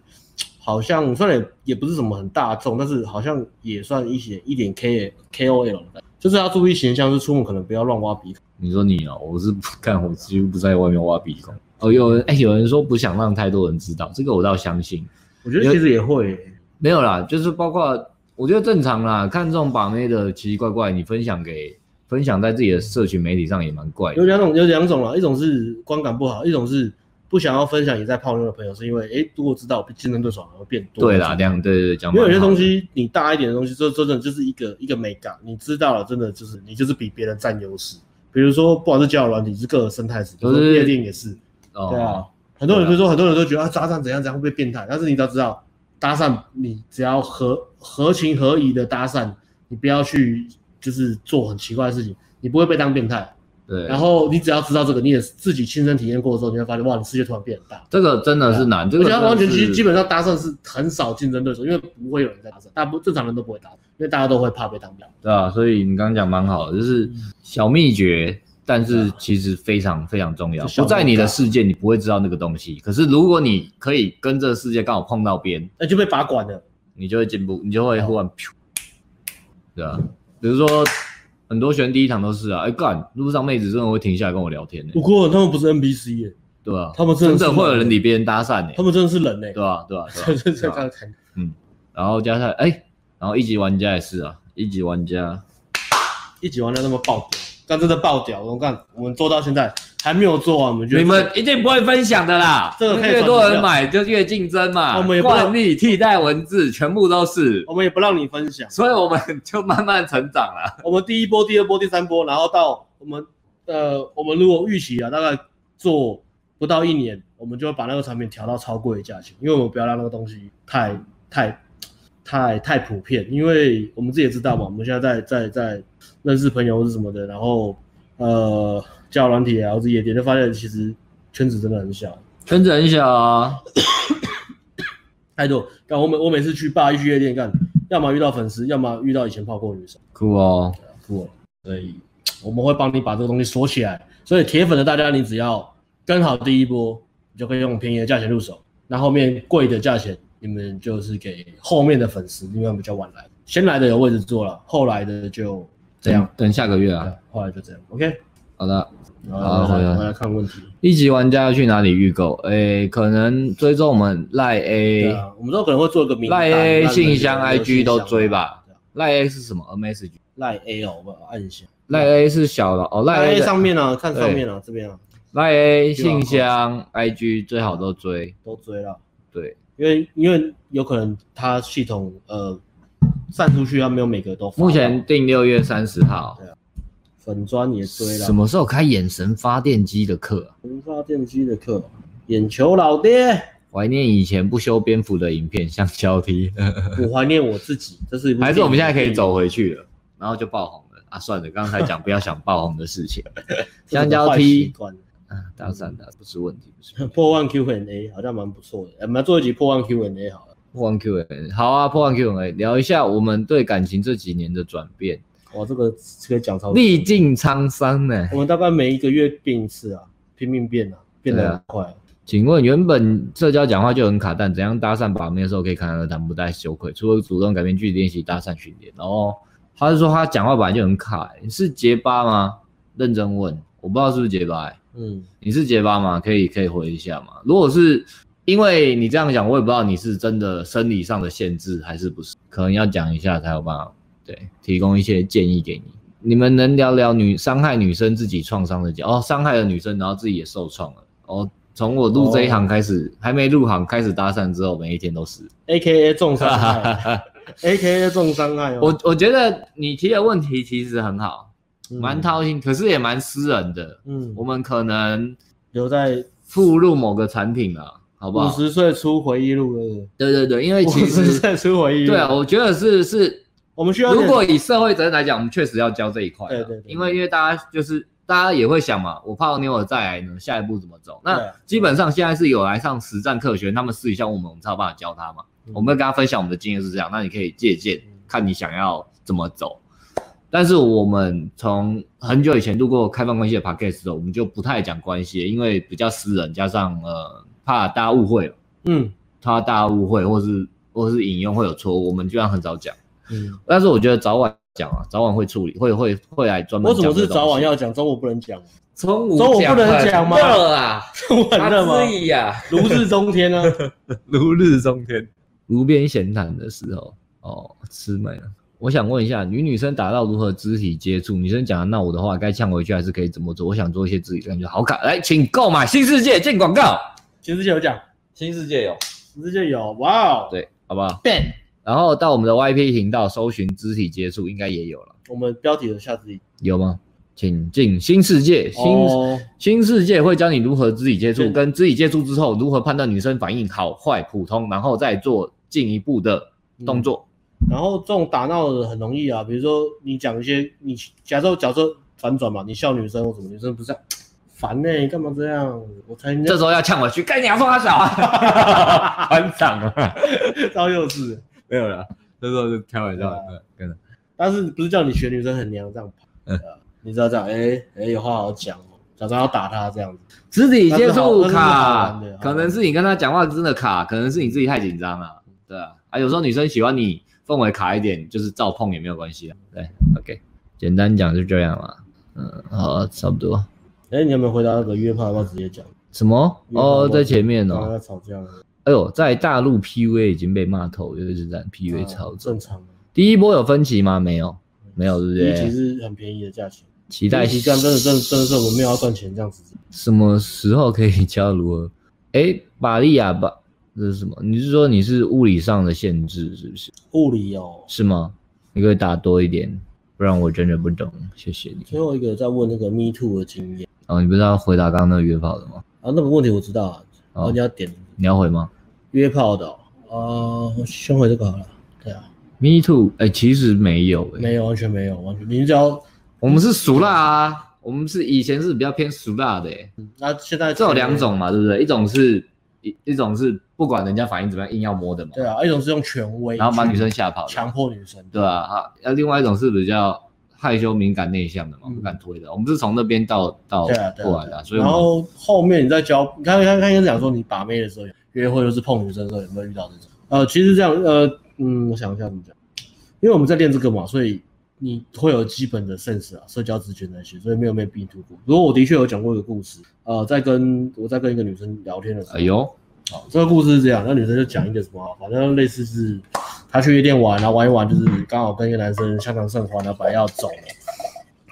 S2: 好像虽然也也不是什么很大众，但是好像也算一点一点 K K O L 的感觉，就是要注意形象，就是出门可能不要乱挖鼻孔。
S1: 你说你哦、我是不干，我几乎不在外面挖鼻孔。哦，有人哎、有人说不想让太多人知道，这个我倒相信。
S2: 我觉得其实也会、
S1: 没有啦，就是包括我觉得正常啦，看这种把妹的奇奇怪怪，你分享给分享在自己的社群媒体上也蛮怪
S2: 有
S1: 的。
S2: 两种，有两种啦，一种是观感不好，一种是不想要分享也在泡妞的朋友，是因为诶，如果知道竞争对手好像会变多，
S1: 对啦，这样对对对，讲
S2: 因为有些
S1: 蛮好
S2: 东西你大一点的东西，这真的就是一个一个美感，你知道了，真的就是你就是比别人占优势。比如说，不管是交友软体，是个人生态史，比如
S1: 就
S2: 说
S1: 是
S2: 夜店也是，
S1: 哦，
S2: 对啊。很多人就说，很多人都觉得啊，搭讪怎样怎样会不会变态？但是你只要知道，搭讪你只要合合情合宜的搭讪，你不要去就是做很奇怪的事情，你不会被当变态。
S1: 对，
S2: 然后你只要知道这个，你也自己亲身体验过的时候，你会发现哇，你世界突然变很大。
S1: 这个真的是难，这
S2: 而
S1: 个
S2: 且他完全
S1: 真的
S2: 基
S1: 是
S2: 基本上搭讪是很少竞争对手，因为不会有人在搭讪，大部正常人都不会搭讪，因为大家都会怕被当掉。
S1: 对啊，所以你刚刚讲蛮好的，
S2: 嗯
S1: 就是小秘诀，但是其实非常非常重要。
S2: 啊就小
S1: 不在你的世界，你不会知道那个东西。可是如果你可以跟这个世界刚好碰到边，
S2: 哎那就被拔管了。
S1: 你就会进步，你就
S2: 嗯
S1: 会忽然噗，对啊。比如说很多学生第一堂都是啊，哎干，路上妹子真的会停下来跟我聊天呢、欸
S2: 不过他们不是 NPC 耶、
S1: 对啊，
S2: 哦他们真
S1: 真
S2: 的是
S1: 的会有人理别人搭讪呢、欸
S2: 他们真的是人呢、
S1: 对啊，对啊，对
S2: 这
S1: 啊
S2: 这
S1: 对
S2: 这
S1: 啊。
S2: 样看，
S1: 然后加上哎，然后一级玩家也是啊，一级玩家
S2: 一起玩到那么爆掉，刚真的爆掉。我看我们做到现在还没有做完，我们就
S1: 你们一定不会分享的啦，
S2: 这个可以
S1: 越多
S2: 传
S1: 人
S2: 销
S1: 买就越竞争嘛。
S2: 我们也不
S1: 惯例替代文字全部都是，
S2: 我们也不让你分享。
S1: 所以我们就慢慢成长了。
S2: 我们第一波、第二波、第三波，然后到我们呃，我们如果预期啊，大概做不到一年，我们就会把那个产品调到超贵的价钱，因为我们不要让那个东西太太太太普遍，因为我们自己也知道嘛，我们现在在在在认识朋友或是什么的，然后呃，交友软体啊，或是夜店，就发现其实圈子真的很小，
S1: 圈子很小啊，
S2: 太多。但我每我每次去吧，一去夜店干，要么遇到粉丝，要么遇到以前泡过的女生。
S1: 酷哦，
S2: 过了，所以我们会帮你把这个东西锁起来。所以铁粉的大家，你只要跟好第一波，你就可以用便宜的价钱入手，那后面贵的价钱，你们就是给后面的粉丝，因为我们比较晚来，先来的有位置坐了，后来的就这样，
S1: 等等下个月啊。
S2: 后来就这样，OK。
S1: 好的，
S2: 然
S1: 好
S2: 后
S1: 回来
S2: 来回来看问题，
S1: 一级玩家要去哪里预购？诶、可能追踪我们赖
S2: 对
S1: A
S2: 啊，我们都可能会做一个名单，
S1: 哎赖 A 信箱 IG 都追吧
S2: 对啊，
S1: 赖 A 是什么？MSG
S2: 赖 A 哦，我们按一下，
S1: 赖 A 是小的哦，赖
S2: 赖
S1: A
S2: A
S1: 的
S2: 上面啊，看
S1: 对
S2: 上面啊，这边啊
S1: 赖 A
S2: 希望
S1: 信箱 IG 最好都追，
S2: 都追了。
S1: 对，
S2: 因为因为有可能它系统呃散出去，它没有每个都发到。
S1: 目前定六月三十号。
S2: 粉砖也啊追了，
S1: 什么时候开眼神发电机的课啊、
S2: 文发电机的课，眼球老爹，
S1: 怀念以前不修边幅的影片，像交 梯，
S2: 我怀念我自己，这是一 部
S1: 还是我们现在可以
S2: 电影
S1: 走回去了，然后就爆红了啊！算了，刚才讲不要想爆红的事情，
S2: 这是
S1: 香
S2: 个
S1: 蕉
S2: 坏
S1: 踢
S2: 习惯
S1: 啊，搭讪的不是问题，不是问题
S2: 破万 Q&A 好像蛮不错的，呃我们来做一集破万 Q&A 好了。
S1: 破万 Q&A，好啊，破万 Q&A，聊一下我们对感情这几年的转变，
S2: 哇，这个这个讲超级
S1: 历尽沧桑呢。
S2: 我们大概每一个月变一次啊，拼命变啊，变
S1: 对
S2: 得
S1: 啊
S2: 很快啊、
S1: 请问原本社交讲话就很卡但怎样搭讪把妹的时候可以侃侃而谈不带羞愧？除了主动改变距离练习搭讪训练，然后他是说他讲话本来就很卡、你是结巴吗？认真问，我不知道是不是结巴、欸
S2: 嗯，
S1: 你是结巴吗？可以可以回一下吗？如果是因为你这样讲，我也不知道你是真的生理上的限制还是不是，可能要讲一下才有办法对提供一些建议给你。你们能聊聊女伤害女生自己创伤的角哦，伤害了女生，然后自己也受创了哦。从我入这一行开始，还没入行开始搭讪之后，每一天都是。
S2: A K A 重伤害啊 ，A K A 重伤害哦，
S1: 我我觉得你提的问题其实很好，蛮
S2: 嗯
S1: 掏心，可是也蛮私人的。
S2: 嗯，
S1: 我们可能
S2: 留在
S1: 附入某个产品啊，好不
S2: 五
S1: 好？
S2: 十岁出回忆录了，
S1: 对对对，因为
S2: 五
S1: 其
S2: 十
S1: 实
S2: 岁出回忆录。
S1: 对啊，我觉得是是，
S2: 我们需要
S1: 如
S2: 点
S1: 果以社会责任来讲，我们确实要教这一块啊。
S2: 对对对
S1: 因为因为大家就是大家也会想嘛，我泡妞了再来呢，下一步怎么走？
S2: 对
S1: 那
S2: 啊
S1: 基本上现在是有来上实战课学，他们试一下我们，我们才有办法教他嘛。
S2: 嗯
S1: 我们会跟他分享我们的经验是这样，那你可以借鉴，看你想要怎么走。但是我们从很久以前录过开放关系的 podcast 的时候，我们就不太讲关系，因为比较私人，加上呃怕大家误会了。
S2: 嗯
S1: 他大家误会，或是或是引用会有错误，我们居然很早讲。
S2: 嗯，
S1: 但是我觉得早晚讲啊，早晚会处理，会会会来专门
S2: 我
S1: 讲
S2: 怎
S1: 这
S2: 么
S1: 东西。
S2: 是早晚要讲，中午不能 讲？
S1: 中午
S2: 中午不能讲吗
S1: 很热啊，
S2: 中午很热吗？
S1: 以呀，
S2: 如日中天啊呢？
S1: 如日中天。炉边闲谈的时候，哦，吃没了。我想问一下，女女生达到如何肢体接触？女生讲的闹我的话，该呛回去还是可以怎么做？我想做一些肢体感觉好卡。来，请购买新世界见广告，
S2: 全世界有讲，
S1: 新世界有
S2: 全世界有，哇哦！
S1: 对，好不好？
S2: 对，
S1: 然后到我们的 YP 频道搜寻肢体接触，应该也有了。
S2: 我们标题有下自己
S1: 有吗？请进新世界，新、
S2: 哦，
S1: 新世界会教你如何肢体接触，
S2: 对
S1: 跟肢体接触之后如何判断女生反应好坏、普通，然后再做进一步的动作。
S2: 然后这种打闹的很容易啊，比如说你讲一些，你假设假设反转嘛，你笑女生或什么，女生不是啊烦呢？干嘛这样？我才
S1: 这时候要呛回去，干你娘说他小 啊，班长啊，
S2: 招幼稚，
S1: 没有了，这时候就开玩
S2: 笑的
S1: 真的。
S2: 但是不是叫你学女生很娘这样跑？
S1: 嗯
S2: 对啊你知道这样，哎、哎、有话好讲哦，假装要打他这样子。
S1: 肢体接触
S2: 那是好那是好
S1: 卡
S2: 玩的，
S1: 可能是你跟他讲话真的卡，可能是你自己太紧张了，对啊。啊，有时候女生喜欢你氛围卡一点，就是照碰也没有关系啊。对，OK，简单讲就这样了。嗯，好啊，差不多。
S2: 哎、你有没有回答那个约炮？要不要直接讲？
S1: 什么？
S2: 约炮
S1: 哦，
S2: 吗
S1: 在前面
S2: 刚刚
S1: 哦。
S2: 在吵架了，
S1: 哎呦，在大陆 PUA 已经被骂透，又是在 PUA
S2: 啊
S1: 超重。
S2: 正常啊。
S1: 第一波有分歧吗？没有，没有，对不
S2: 第一集
S1: 对？
S2: 是很便宜的价钱，
S1: 期待
S2: 第一集这样真的真的真的是我们没有要赚钱这样子。
S1: 什么时候可以教如 何？哎，玛利亚吧，这是什么？你是说你是物理上的限制是不是？
S2: 物理哦，
S1: 是吗？你可以打多一点。不然我真的不懂，谢谢你。
S2: 最后一个在问那个 Me Too 的经验
S1: 哦，你不是要回答刚刚那个约炮的吗？
S2: 啊，那个问题我知道啊，然后
S1: 哦
S2: 你要点
S1: 你要回吗
S2: 约炮的哦，呃，我先回这个好了。对啊，
S1: ？Me too，哎、其实没有、哎，
S2: 没有，完全没有，完全，你只要
S1: 我们是熟辣啊，我们是以前是比较偏熟辣的、哎，
S2: 那、现在
S1: 这有两，种嘛，对不对？一种是一一种是不管人家反应怎么样，硬要摸的嘛，
S2: 对啊，一种是用权威，
S1: 然后把女生吓跑的，
S2: 强迫女生，
S1: 对啊，啊，那另外一种是比较害羞、敏感、内向的嘛，
S2: 嗯
S1: 不敢推的。我们是从那边到到
S2: 对啊，对
S1: 过
S2: 啊，
S1: 来
S2: 对
S1: 的
S2: 啊
S1: 啊，所以
S2: 然
S1: 我
S2: 后后面你在交，你看看看，应该讲说你把妹的时候，约会就是碰女生的时候，有没有遇到这种？呃，其实这样，呃，嗯，我想一下怎么讲，因为我们在练这个嘛，所以你会有基本的 sense 啊，社交直觉那些，所以没有被逼突过。如果我的确有讲过一个故事，呃，在跟我在跟一个女生聊天的时候，
S1: 哎呦，
S2: 好，这个故事是这样，那女生就讲一个什么，反正类似是她去夜店玩啊，玩一玩就是刚好跟一个男生相谈甚欢啊，本来要走了，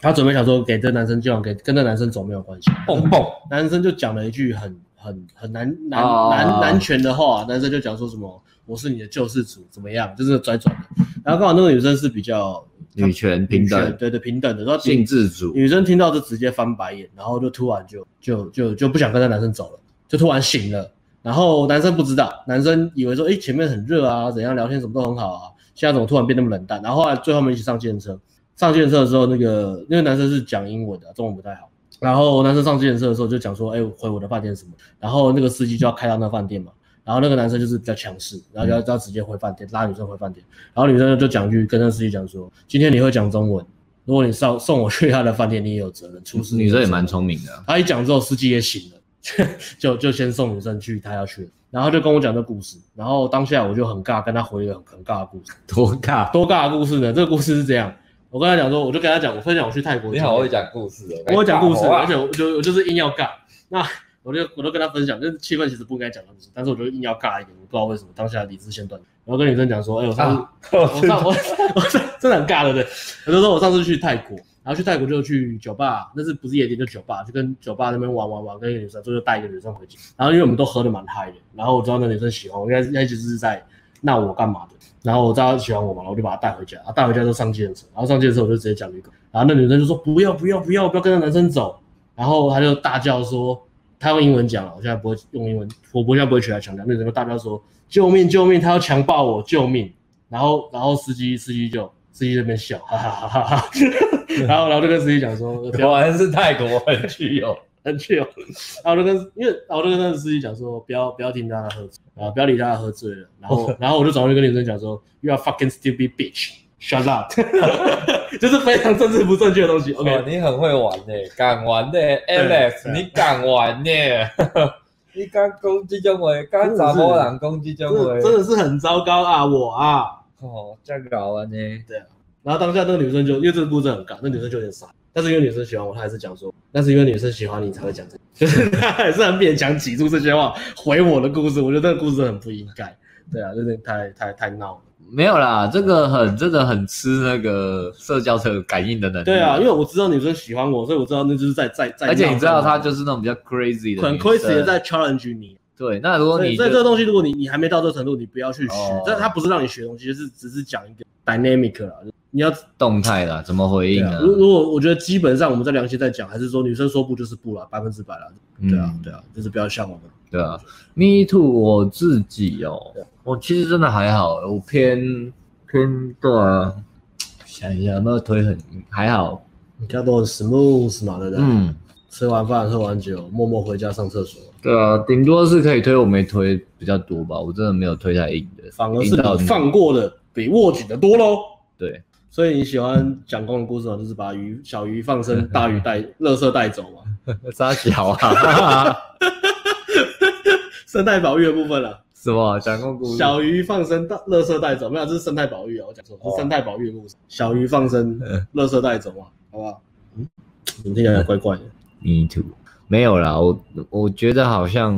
S2: 她准备想说给这男生交往，给跟这男生走没有关系，
S1: 蹦蹦，
S2: 男生就讲了一句很很很难难
S1: 哦
S2: 难难全的话、男生就讲说什么我是你的救世主，怎么样，就是拽拽的，然后刚好那个女生是比较
S1: 女权平
S2: 女权
S1: 等，
S2: 对对平等的，然后
S1: 性自主，
S2: 女生听到就直接翻白眼，然后就突然就就就就不想跟那男生走了，就突然醒了。然后男生不知道，男生以为说，哎、前面很热啊，怎样聊天什么都很好啊，现在怎么突然变那么冷淡？然后后来最后他们一起上计程车，上计程车的时候，那个那个男生是讲英文的，中文不太好。然后男生上计程车的时候就讲说，哎、我回我的饭店什么？然后那个司机就要开到那饭店嘛。然后那个男生就是比较强势，然后就要就要直接回饭店，拉女生回饭店。然后女生就讲一句，跟那司机讲说，今天你会讲中文，如果你送送我去他的饭店，你也有责任。出事
S1: 女生也蛮
S2: 聪。
S1: 聪明的啊。
S2: 他一讲之后，司机也醒了， 就就先送女生去他要去的，然后就跟我讲这故事，然后当下我就很尬，跟他回一个很很尬的故事。
S1: 多尬！
S2: 多尬的故事呢？这个故事是这样，我跟他讲说，我就跟他讲，我分享我去泰国，，
S1: 讲故事哦
S2: 我会讲故事，而且我就我就是硬要尬。那我就我都跟他分享，就是气氛其实不应该讲的故事，但是我就硬要尬一点，我不知道为什么当下理智线断掉，然后跟女生讲说，哎、我上次、
S1: 啊，我
S2: 我 上我我上真的很尬的对，我就说我上次去泰国，然后去泰国就去酒吧，那是不是夜店就酒吧，就跟酒吧那边玩玩玩，跟一个女生，最后就带一个女生回去，然后因为我们都喝的蛮嗨的，然后我知道那女生喜欢我，应该应该就是在闹我干嘛的，然后我知道她喜欢我嘛，然后我就把她带回家，然后带回家之后上计程车，然后上计程车我就直接讲了一个，然后那女生就说不要不要不要不要跟那男生走，然后她就大叫说。她用英文讲了，我现在不会用英文，我不现在不会学她强调。那女生就大叫说：“救命！救命！她要强暴我！救命！”然后然后司机司机就司机在那边笑， 哈哈哈哈哈，然后然后就跟司机讲说，呃不要
S1: 然是泰国很具有。
S2: 很去哦，然后就跟因为然后就跟那个司机讲说，不要不要听他的喝醉啊，不要理他的喝醉了，然后然后我就转过去跟女生讲说，You are fucking stupid bitch。Shut up，就是非常政治不正确的东西。OK，
S1: 哦你很会玩 呢，敢玩呢
S2: 对
S1: 你敢玩 呢？你敢攻击中文，敢
S2: 真的是
S1: 攻击
S2: 真
S1: 中
S2: 的真的是很糟糕啊，我啊。
S1: 哦，这样搞完呢？
S2: 然后当下那个女生就因为这个故事很尬，那女生就有点傻，但是因为女生喜欢我，她还是讲说，但是因为女生喜欢你才会讲这， 就是她还是很勉强挤出这些话回我的故事，我觉得这个故事很不应该，对啊，有点太太太闹了，
S1: 没有啦，这个很真的很吃那个社交的感应的能力。
S2: 对啊，因为我知道女生喜欢我，所以我知道那就是在在在闹，
S1: 而且你知道她就是那种比较 crazy 的
S2: 很
S1: 女生
S2: crazy 的在 challenge 你，
S1: 对。那如果
S2: 所以
S1: 你
S2: 所以这
S1: 就
S2: 个东西如果你你还没到这个程度，你不要去学
S1: 哦，
S2: 但她不是让你学东西，就是只是讲一个 dynamic 啦，就是你要
S1: 动态啦，怎么回应
S2: 对
S1: 啊
S2: 啊？如如果我觉得基本上我们在良心在讲，还是说女生说不就是不了，百分之百了。
S1: 嗯
S2: 对啊，对啊，就是不要像我们。
S1: 对啊，Me too，我自己哦，我其实真的还好，我偏偏对啊，想一下有没有腿很硬，还好，
S2: 你家都很 smooth 嘛，对不对？
S1: 嗯，
S2: 吃完饭喝完酒，默默回家上厕所，
S1: 对啊，顶多是可以推，我没推比较多吧，我真的没有推太硬的，
S2: 反而
S1: 硬
S2: 是
S1: 到你
S2: 你放过的比握紧的多喽。
S1: 对，
S2: 所以你喜欢讲公的故事嘛，就是把鱼小鱼放
S1: 嗯
S2: 生，大鱼带乐色带走 嘛，
S1: 傻小啊，
S2: 生态保育的部分了。
S1: 什么啊讲过故事？
S2: 小鱼放生，大乐色带走，没有，这是生态保育啊，我讲
S1: 哦
S2: 错了，是生态保育的故事。小鱼放生，
S1: 嗯
S2: 乐色带走嘛，好不好？嗯，你们听起来怪怪的。
S1: Me too，没有啦，我我觉得好像，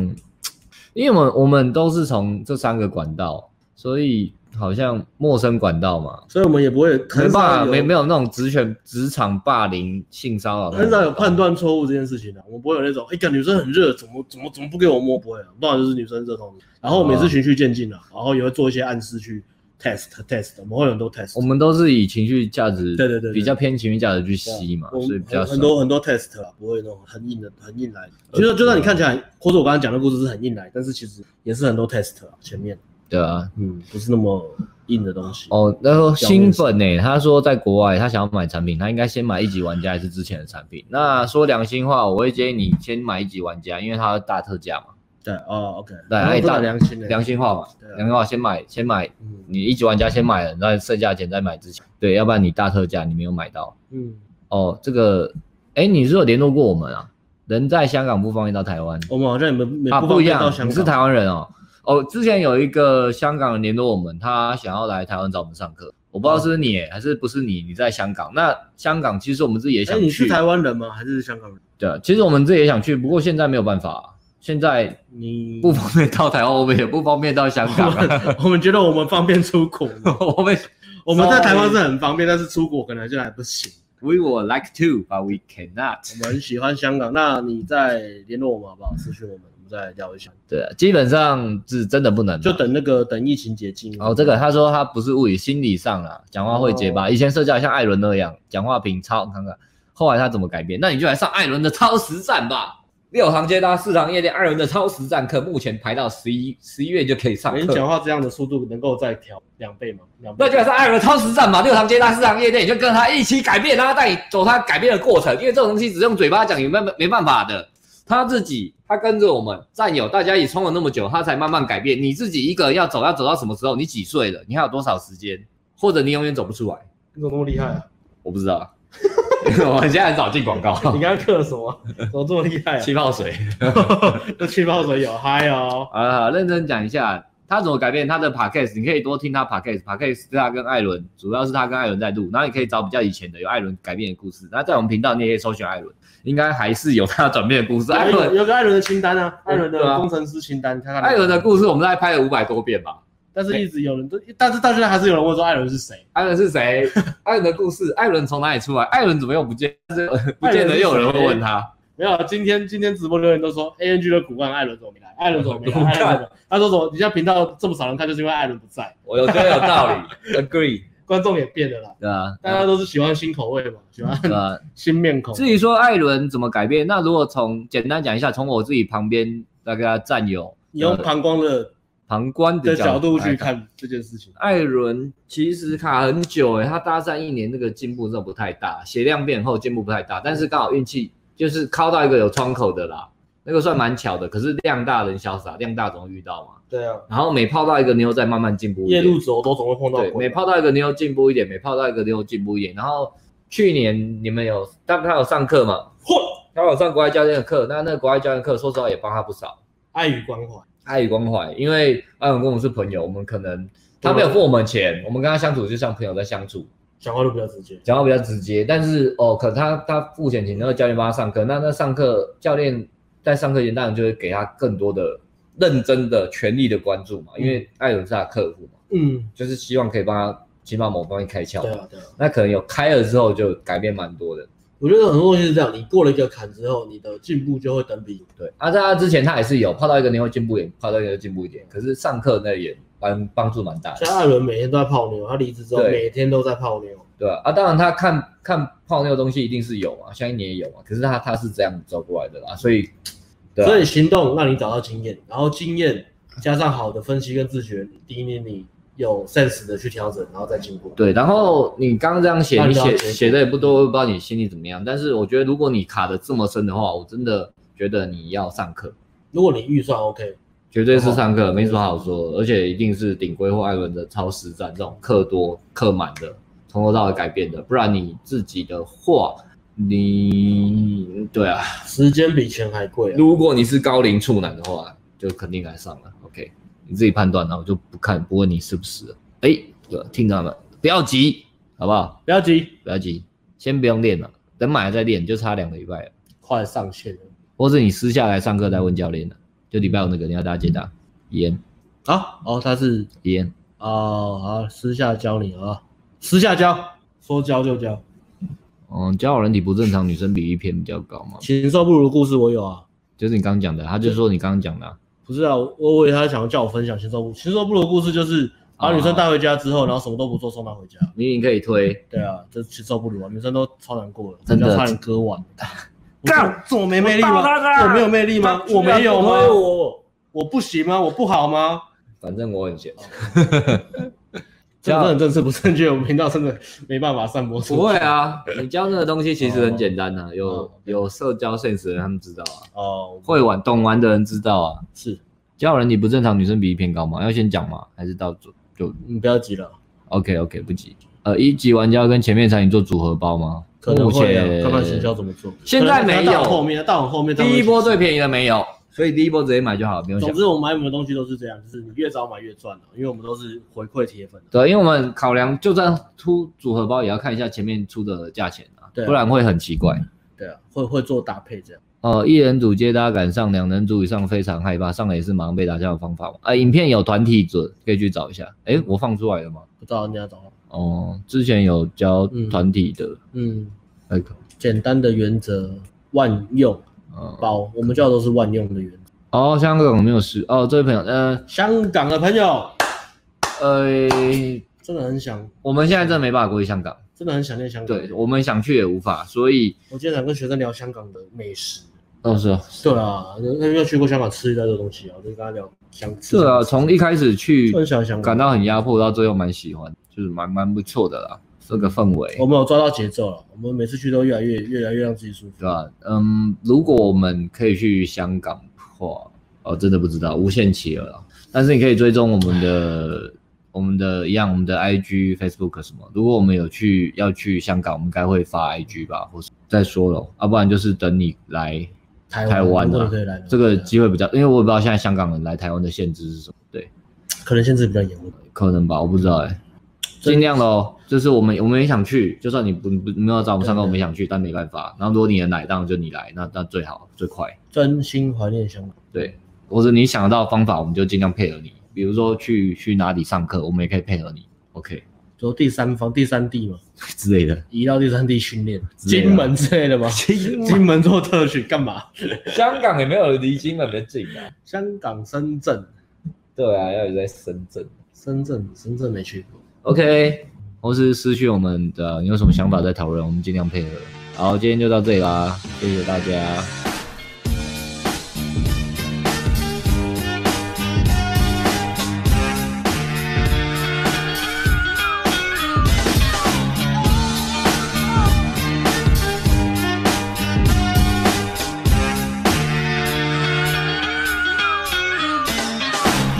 S1: 因为我们我们都是从这三个管道，所以好像陌生管道嘛，
S2: 所以我们也不
S1: 没
S2: 会
S1: 办
S2: 很少
S1: 法，
S2: 有
S1: 没没有那种职权职场霸凌、性骚扰，
S2: 很少有判。断错误这件事情的、我们不会有那种，哎、干女生很热，怎么怎么怎
S1: 哦
S2: 啊么不给我摸，不会、啊，不然就是女生热衷你。然后我们也是循序渐进的、然后也会做一些暗示去 test test，我们会有很多 test。
S1: 我们都是以情绪价值，
S2: 对对对对
S1: 比较偏情绪价值去
S2: 对啊
S1: 吸嘛，
S2: 我
S1: 所以
S2: 们
S1: 比较
S2: 很
S1: 少呃
S2: 很。多很多 test 啦，不会那种很硬的很硬来的。其实就
S1: 啊
S2: 算你看起来，或者我刚刚讲的故事是很硬来，但是其实也是很多 test 啦，前面
S1: 对啊，
S2: 嗯不是那么硬的东西。
S1: 哦，那说新粉呢、他说在国外他想要买产品，他应该先买一级玩家还是之前的产品？那说良心话，我会建议你先买一级玩家，因为它大特价嘛，
S2: 对哦，OK，
S1: 对，
S2: 然后
S1: 它一
S2: 不打
S1: 大
S2: 良心的
S1: 良，心话嘛
S2: 对啊，
S1: 良心话先买先买，
S2: 嗯
S1: 你一级玩家先买了，那剩下的钱再买之前，对，要不然你大特价你没有买到。
S2: 嗯，
S1: 哦，这个，哎，你是有联络过我们啊？人在香港不方便到台湾
S2: 我们好像也没没
S1: 啊，
S2: 哦方
S1: 不一
S2: 便
S1: 样
S2: 到，香
S1: 你
S2: 港
S1: 是台湾人哦。哦，之前有一个香港人联络我们，他想要来台湾找我们上课，我不
S2: 哦
S1: 知道是不是你、还是不是你，你在香港。那香港其实我们自己也
S2: 哎，
S1: 想
S2: 你是
S1: 去，
S2: 台湾人吗？还是香港人？
S1: 对，啊其实我们自己也想去，不过现在没有办法啊、现在
S2: 你
S1: 不方便到台湾，我们也不方便到香港、啊。
S2: 我们觉得我们方便出国吗，
S1: 我们
S2: 我们在台湾是很方便，但是出国可能就还不行。啊
S1: we would like to, but we cannot。
S2: 我们很喜欢香港，那你再联络我们好不好？私讯我们，我们再聊一下。
S1: 对啊，基本上是真的不能啊，
S2: 就等那个等疫情解禁
S1: 哦，这个他说他不是物理，心理上啦，讲话会结巴。以前社交像艾伦那样，讲话平超看看。后来他怎么改变？那你就来上艾伦的超实战吧。六行接搭四行夜店，艾伦的超实战课目前排到十一十一月就可以上
S2: 你
S1: 课
S2: 讲。话这样的速度能够再调两倍吗？两倍？
S1: 那就来上艾伦的超实战吧，六行接搭四行夜店，你就跟他一起改变，让他带你走他改变的过程。因为这种东西只用嘴巴讲也没没办法的，他自己他跟着我们战友，大家也冲了那么久，他才慢慢改变。你自己一个人要走，要走到什么时候？你几岁了？你还有多少时间？或者你永远走不出来？
S2: 你怎么那么厉害啊？
S1: 我不知道， 我现在很少进广告，
S2: 你刚刚刻 什么？怎么这么厉害啊？
S1: 气泡水。
S2: 那气泡水有嗨哦。
S1: 啊，认真讲一下他怎么改变他的 podcast，你可以多听他 podcast。podcast 是他跟艾伦，主要是他跟艾伦在录，然后你可以找比较以前的有艾伦改变的故事。那在我们频道你也可以搜寻艾伦，应该还是有他转变的故事。艾
S2: 有
S1: 伦，
S2: 有个艾伦的清单啊，艾伦的
S1: 对啊
S2: 工程师清单，你看看。
S1: 艾伦的，故事我们大概拍了五百多遍吧。
S2: 但是一直有人都，但是到现在还是有人问说艾伦是谁？
S1: 艾伦是谁？艾伦的故事，艾伦从哪里出来？艾伦怎么又不见？不见得又有人会问他。
S2: 没有，啊今天今天直播留言都说 A N G 的骨干艾伦怎么没来？艾伦怎 么没来？
S1: 骨干
S2: 艾伦怎么？他说什么？你现在频道这么少人看，就是因为艾伦不在，
S1: 我有觉得有道理，agree，
S2: 观众也变了啦。
S1: 对啊，
S2: 大家都是喜欢新口味嘛，喜欢
S1: 对啊，
S2: 新面孔。
S1: 至于说艾伦怎么改变，那如果从简单讲一下，从我自己旁边大概战友
S2: 你用
S1: 呃
S2: 膀胱的
S1: 旁观的
S2: 的角度
S1: 来
S2: 去看这件事情，啊
S1: 艾伦其实卡很久欸诶、他搭讪一年，那个进步真的不太大，血量变厚，进步不太大，但是刚好运气就是靠到一个有窗口的啦，那个算蛮巧的。可是量大人潇洒，量大总会遇到嘛。
S2: 对啊，
S1: 然后每泡到一个妞，再慢慢进步一
S2: 夜
S1: 点。
S2: 路走都总会碰到
S1: 对，
S2: 鬼
S1: 每泡到一个妞进步一点，每泡到一个妞进步一点。然后去年你们有，但他有上课嘛？
S2: 嚯
S1: 他有上国外教练的课，那那个国外教练课，说实话也帮他不少，
S2: 爱与关怀，
S1: 爱与关怀。因为艾文跟我们是朋友，我们可能他没有付我们钱，我们跟他相处就像朋友在相处，
S2: 讲话都比较直接。
S1: 讲话比较直接。但是哦，可他他付钱请那个教练帮他上课，那那上课教练在上课前当然就会给他更多的认真的、全力的关注嘛，因为艾伦是他的客户嘛，
S2: 嗯，
S1: 就是希望可以帮他起码某方面开窍
S2: 对
S1: 嘛。
S2: 啊，对啊。
S1: 那可能有开了之后就改变蛮多的。
S2: 我觉得很多东西是这样，你过了一个坎之后，你的进步就会等比
S1: 对，啊，在他之前他也是有泡到一个妞会进步一点，泡到一个妞进步一点，可是上课那也帮帮助蛮大的，
S2: 像艾伦每天都在泡妞，他离职之后
S1: 对
S2: 每天都在泡妞。
S1: 对吧、啊？当然他看看泡妞的东西一定是有嘛，相信你也有嘛，可是他他是这样走过来的啦，所以，对、
S2: 所
S1: 啊，
S2: 以行动让你找到经验，然后经验加上好的分析跟自觉，第一年你有 sense 的去调整，然后再进步。
S1: 对。然后你刚刚这样写，
S2: 那
S1: 你
S2: 你要
S1: 写
S2: 学习
S1: 写的也不多，我也不知道你心里怎么样，但是我觉得如果你卡的这么深的话，我真的觉得你要上课，
S2: 如果你预算 OK，
S1: 绝对是上课，没什么好说，而且一定是顶规或艾伦的超实战这种课多课满的，从头到尾改变的，不然你自己的话，你对啊，
S2: 时间比钱还贵、啊。
S1: 如果你是高龄处男的话，就肯定来上了。OK，你自己判断，那我就不看不问你是不是了。哎、对，听到们不要急，好不好？
S2: 不要急，
S1: 不要急，先不用练了，等买了再练，就差两个礼拜了，
S2: 快上线了。
S1: 或者你私下来上课再问教练了，就礼拜五那个你要大家解答，严
S2: 啊，哦，他是
S1: 严。
S2: 哦，好，私下教你啊，私下教，说教就教。
S1: 嗯，交友人体不正常，女生比例偏比较高嘛，
S2: 禽兽不如的故事我有啊，
S1: 就是你刚刚讲的，他就说你刚刚讲的啊、
S2: 不是啊，我我以为他想要叫我分享禽兽不禽兽不如的故事，就是把
S1: 啊
S2: 女生带回家之后，然后什么都不做，送她回家。
S1: 明明可以推，
S2: 对啊，这其实受不了啊，女生都超难过了，
S1: 真的
S2: 人家差点割腕。
S1: 干
S2: 干，这我没魅力吗
S1: 我打他？
S2: 我没有魅力吗？我没有吗？
S1: 我
S2: 我不行吗？我不好吗？
S1: 反正我很 闲，
S2: 这真的很政治不正确，我们频道真的没办法散播出去。
S1: 不会啊，你教那个东西其实很简单啊，有
S2: 哦
S1: 有社交现实的人他们知道啊，
S2: 哦，
S1: 会玩懂玩的人知道啊，
S2: 是，
S1: 教人你不正常女生比例偏高吗？要先讲吗？还是到就就
S2: 嗯你不要急了，
S1: OK OK 不急。呃，一级玩家跟前面产品做组合包吗？
S2: 可能
S1: 目
S2: 会啊
S1: 前
S2: 看看行销怎么做。
S1: 现在没有
S2: 可能到后面到很后面，
S1: 第一波最
S2: 对。
S1: 便宜的没有，所以第一波直接买就好，不用想
S2: 总。之，我们买什么东西都是这样，就是你越早买越赚的，啊因为我们都是回馈铁粉啊的。
S1: 对，因为我们考量就算出组合包，也要看一下前面出的价钱啊，
S2: 对啊
S1: 不然会很奇怪。
S2: 对啊，会会做搭配这样。
S1: 哦，一人组接搭敢上，两人组以上非常害怕，上来也是马上被打下的方法嘛。啊，影片有团体准，可以去找一下。诶，我放出来了吗？
S2: 不知道你要找到，
S1: 哦，之前有教
S2: 嗯
S1: 团体的，
S2: 嗯，
S1: 那个、
S2: 简单的原则，万用
S1: 哦，
S2: 包，我们叫的都是万用的原则。
S1: 哦，香港有没有试？哦，这位朋友，呃
S2: 香港的朋友
S1: 呃，
S2: 真的很想，
S1: 我们现在真的没办法过去香港，
S2: 真的很想念香港。
S1: 对我们想去也无法，所以
S2: 我今天想跟学生聊香港的美食。
S1: 到时候
S2: 对啊，有有没有去过香港吃一堆的东西啊？我就跟他聊香吃香港。
S1: 对啊，从一开始去
S2: 很想香港
S1: 感到很压迫，到最后蛮喜欢，就是蛮蛮不错的啦，这个氛围，
S2: 我们有抓到节奏了，我们每次去都越来越越来越让自己舒服
S1: 对。吧？嗯，如果我们可以去香港的话，哦，真的不知道，无限期了啦。但是你可以追踪我们的。我们的一样，我们的 IG、Facebook 什么？如果我们有去要去香港，我们应该会发 IG 吧，或是再说咯，啊要、不然就是等你来
S2: 台
S1: 台湾啊
S2: 如果你可以来的话
S1: 这个
S2: 对啊
S1: 机会比较，因为我也不知道现在香港人来台湾的限制是什么，对，
S2: 可能限制比较严，
S1: 可能吧，我不知道哎、
S2: 真
S1: 尽量喽，就是我们我们也想去，就算你不不没有找我们上课，
S2: 对对
S1: 我们也想去，但没办法。然后如果你能来，当然就你来，那那最好最快，
S2: 真心怀念香港。
S1: 对，或者你想得到的方法，我们就尽量配合你，比如说去去哪里上课，我们也可以配合你，OK
S2: 就第三方、第三地嘛，
S1: 之类的。
S2: 移到第三地训练，
S1: 之类的
S2: 金门之类的嘛，
S1: 金门
S2: 金门做特训干嘛？
S1: 香港也没有离金门比较近啊，
S2: 香港、深圳，
S1: 对啊，要有在深圳。
S2: 深圳，深圳没去过。
S1: OK，或是失去我们的，你有什么想法再讨论，我们尽量配合。好，今天就到这里啦，谢谢大家。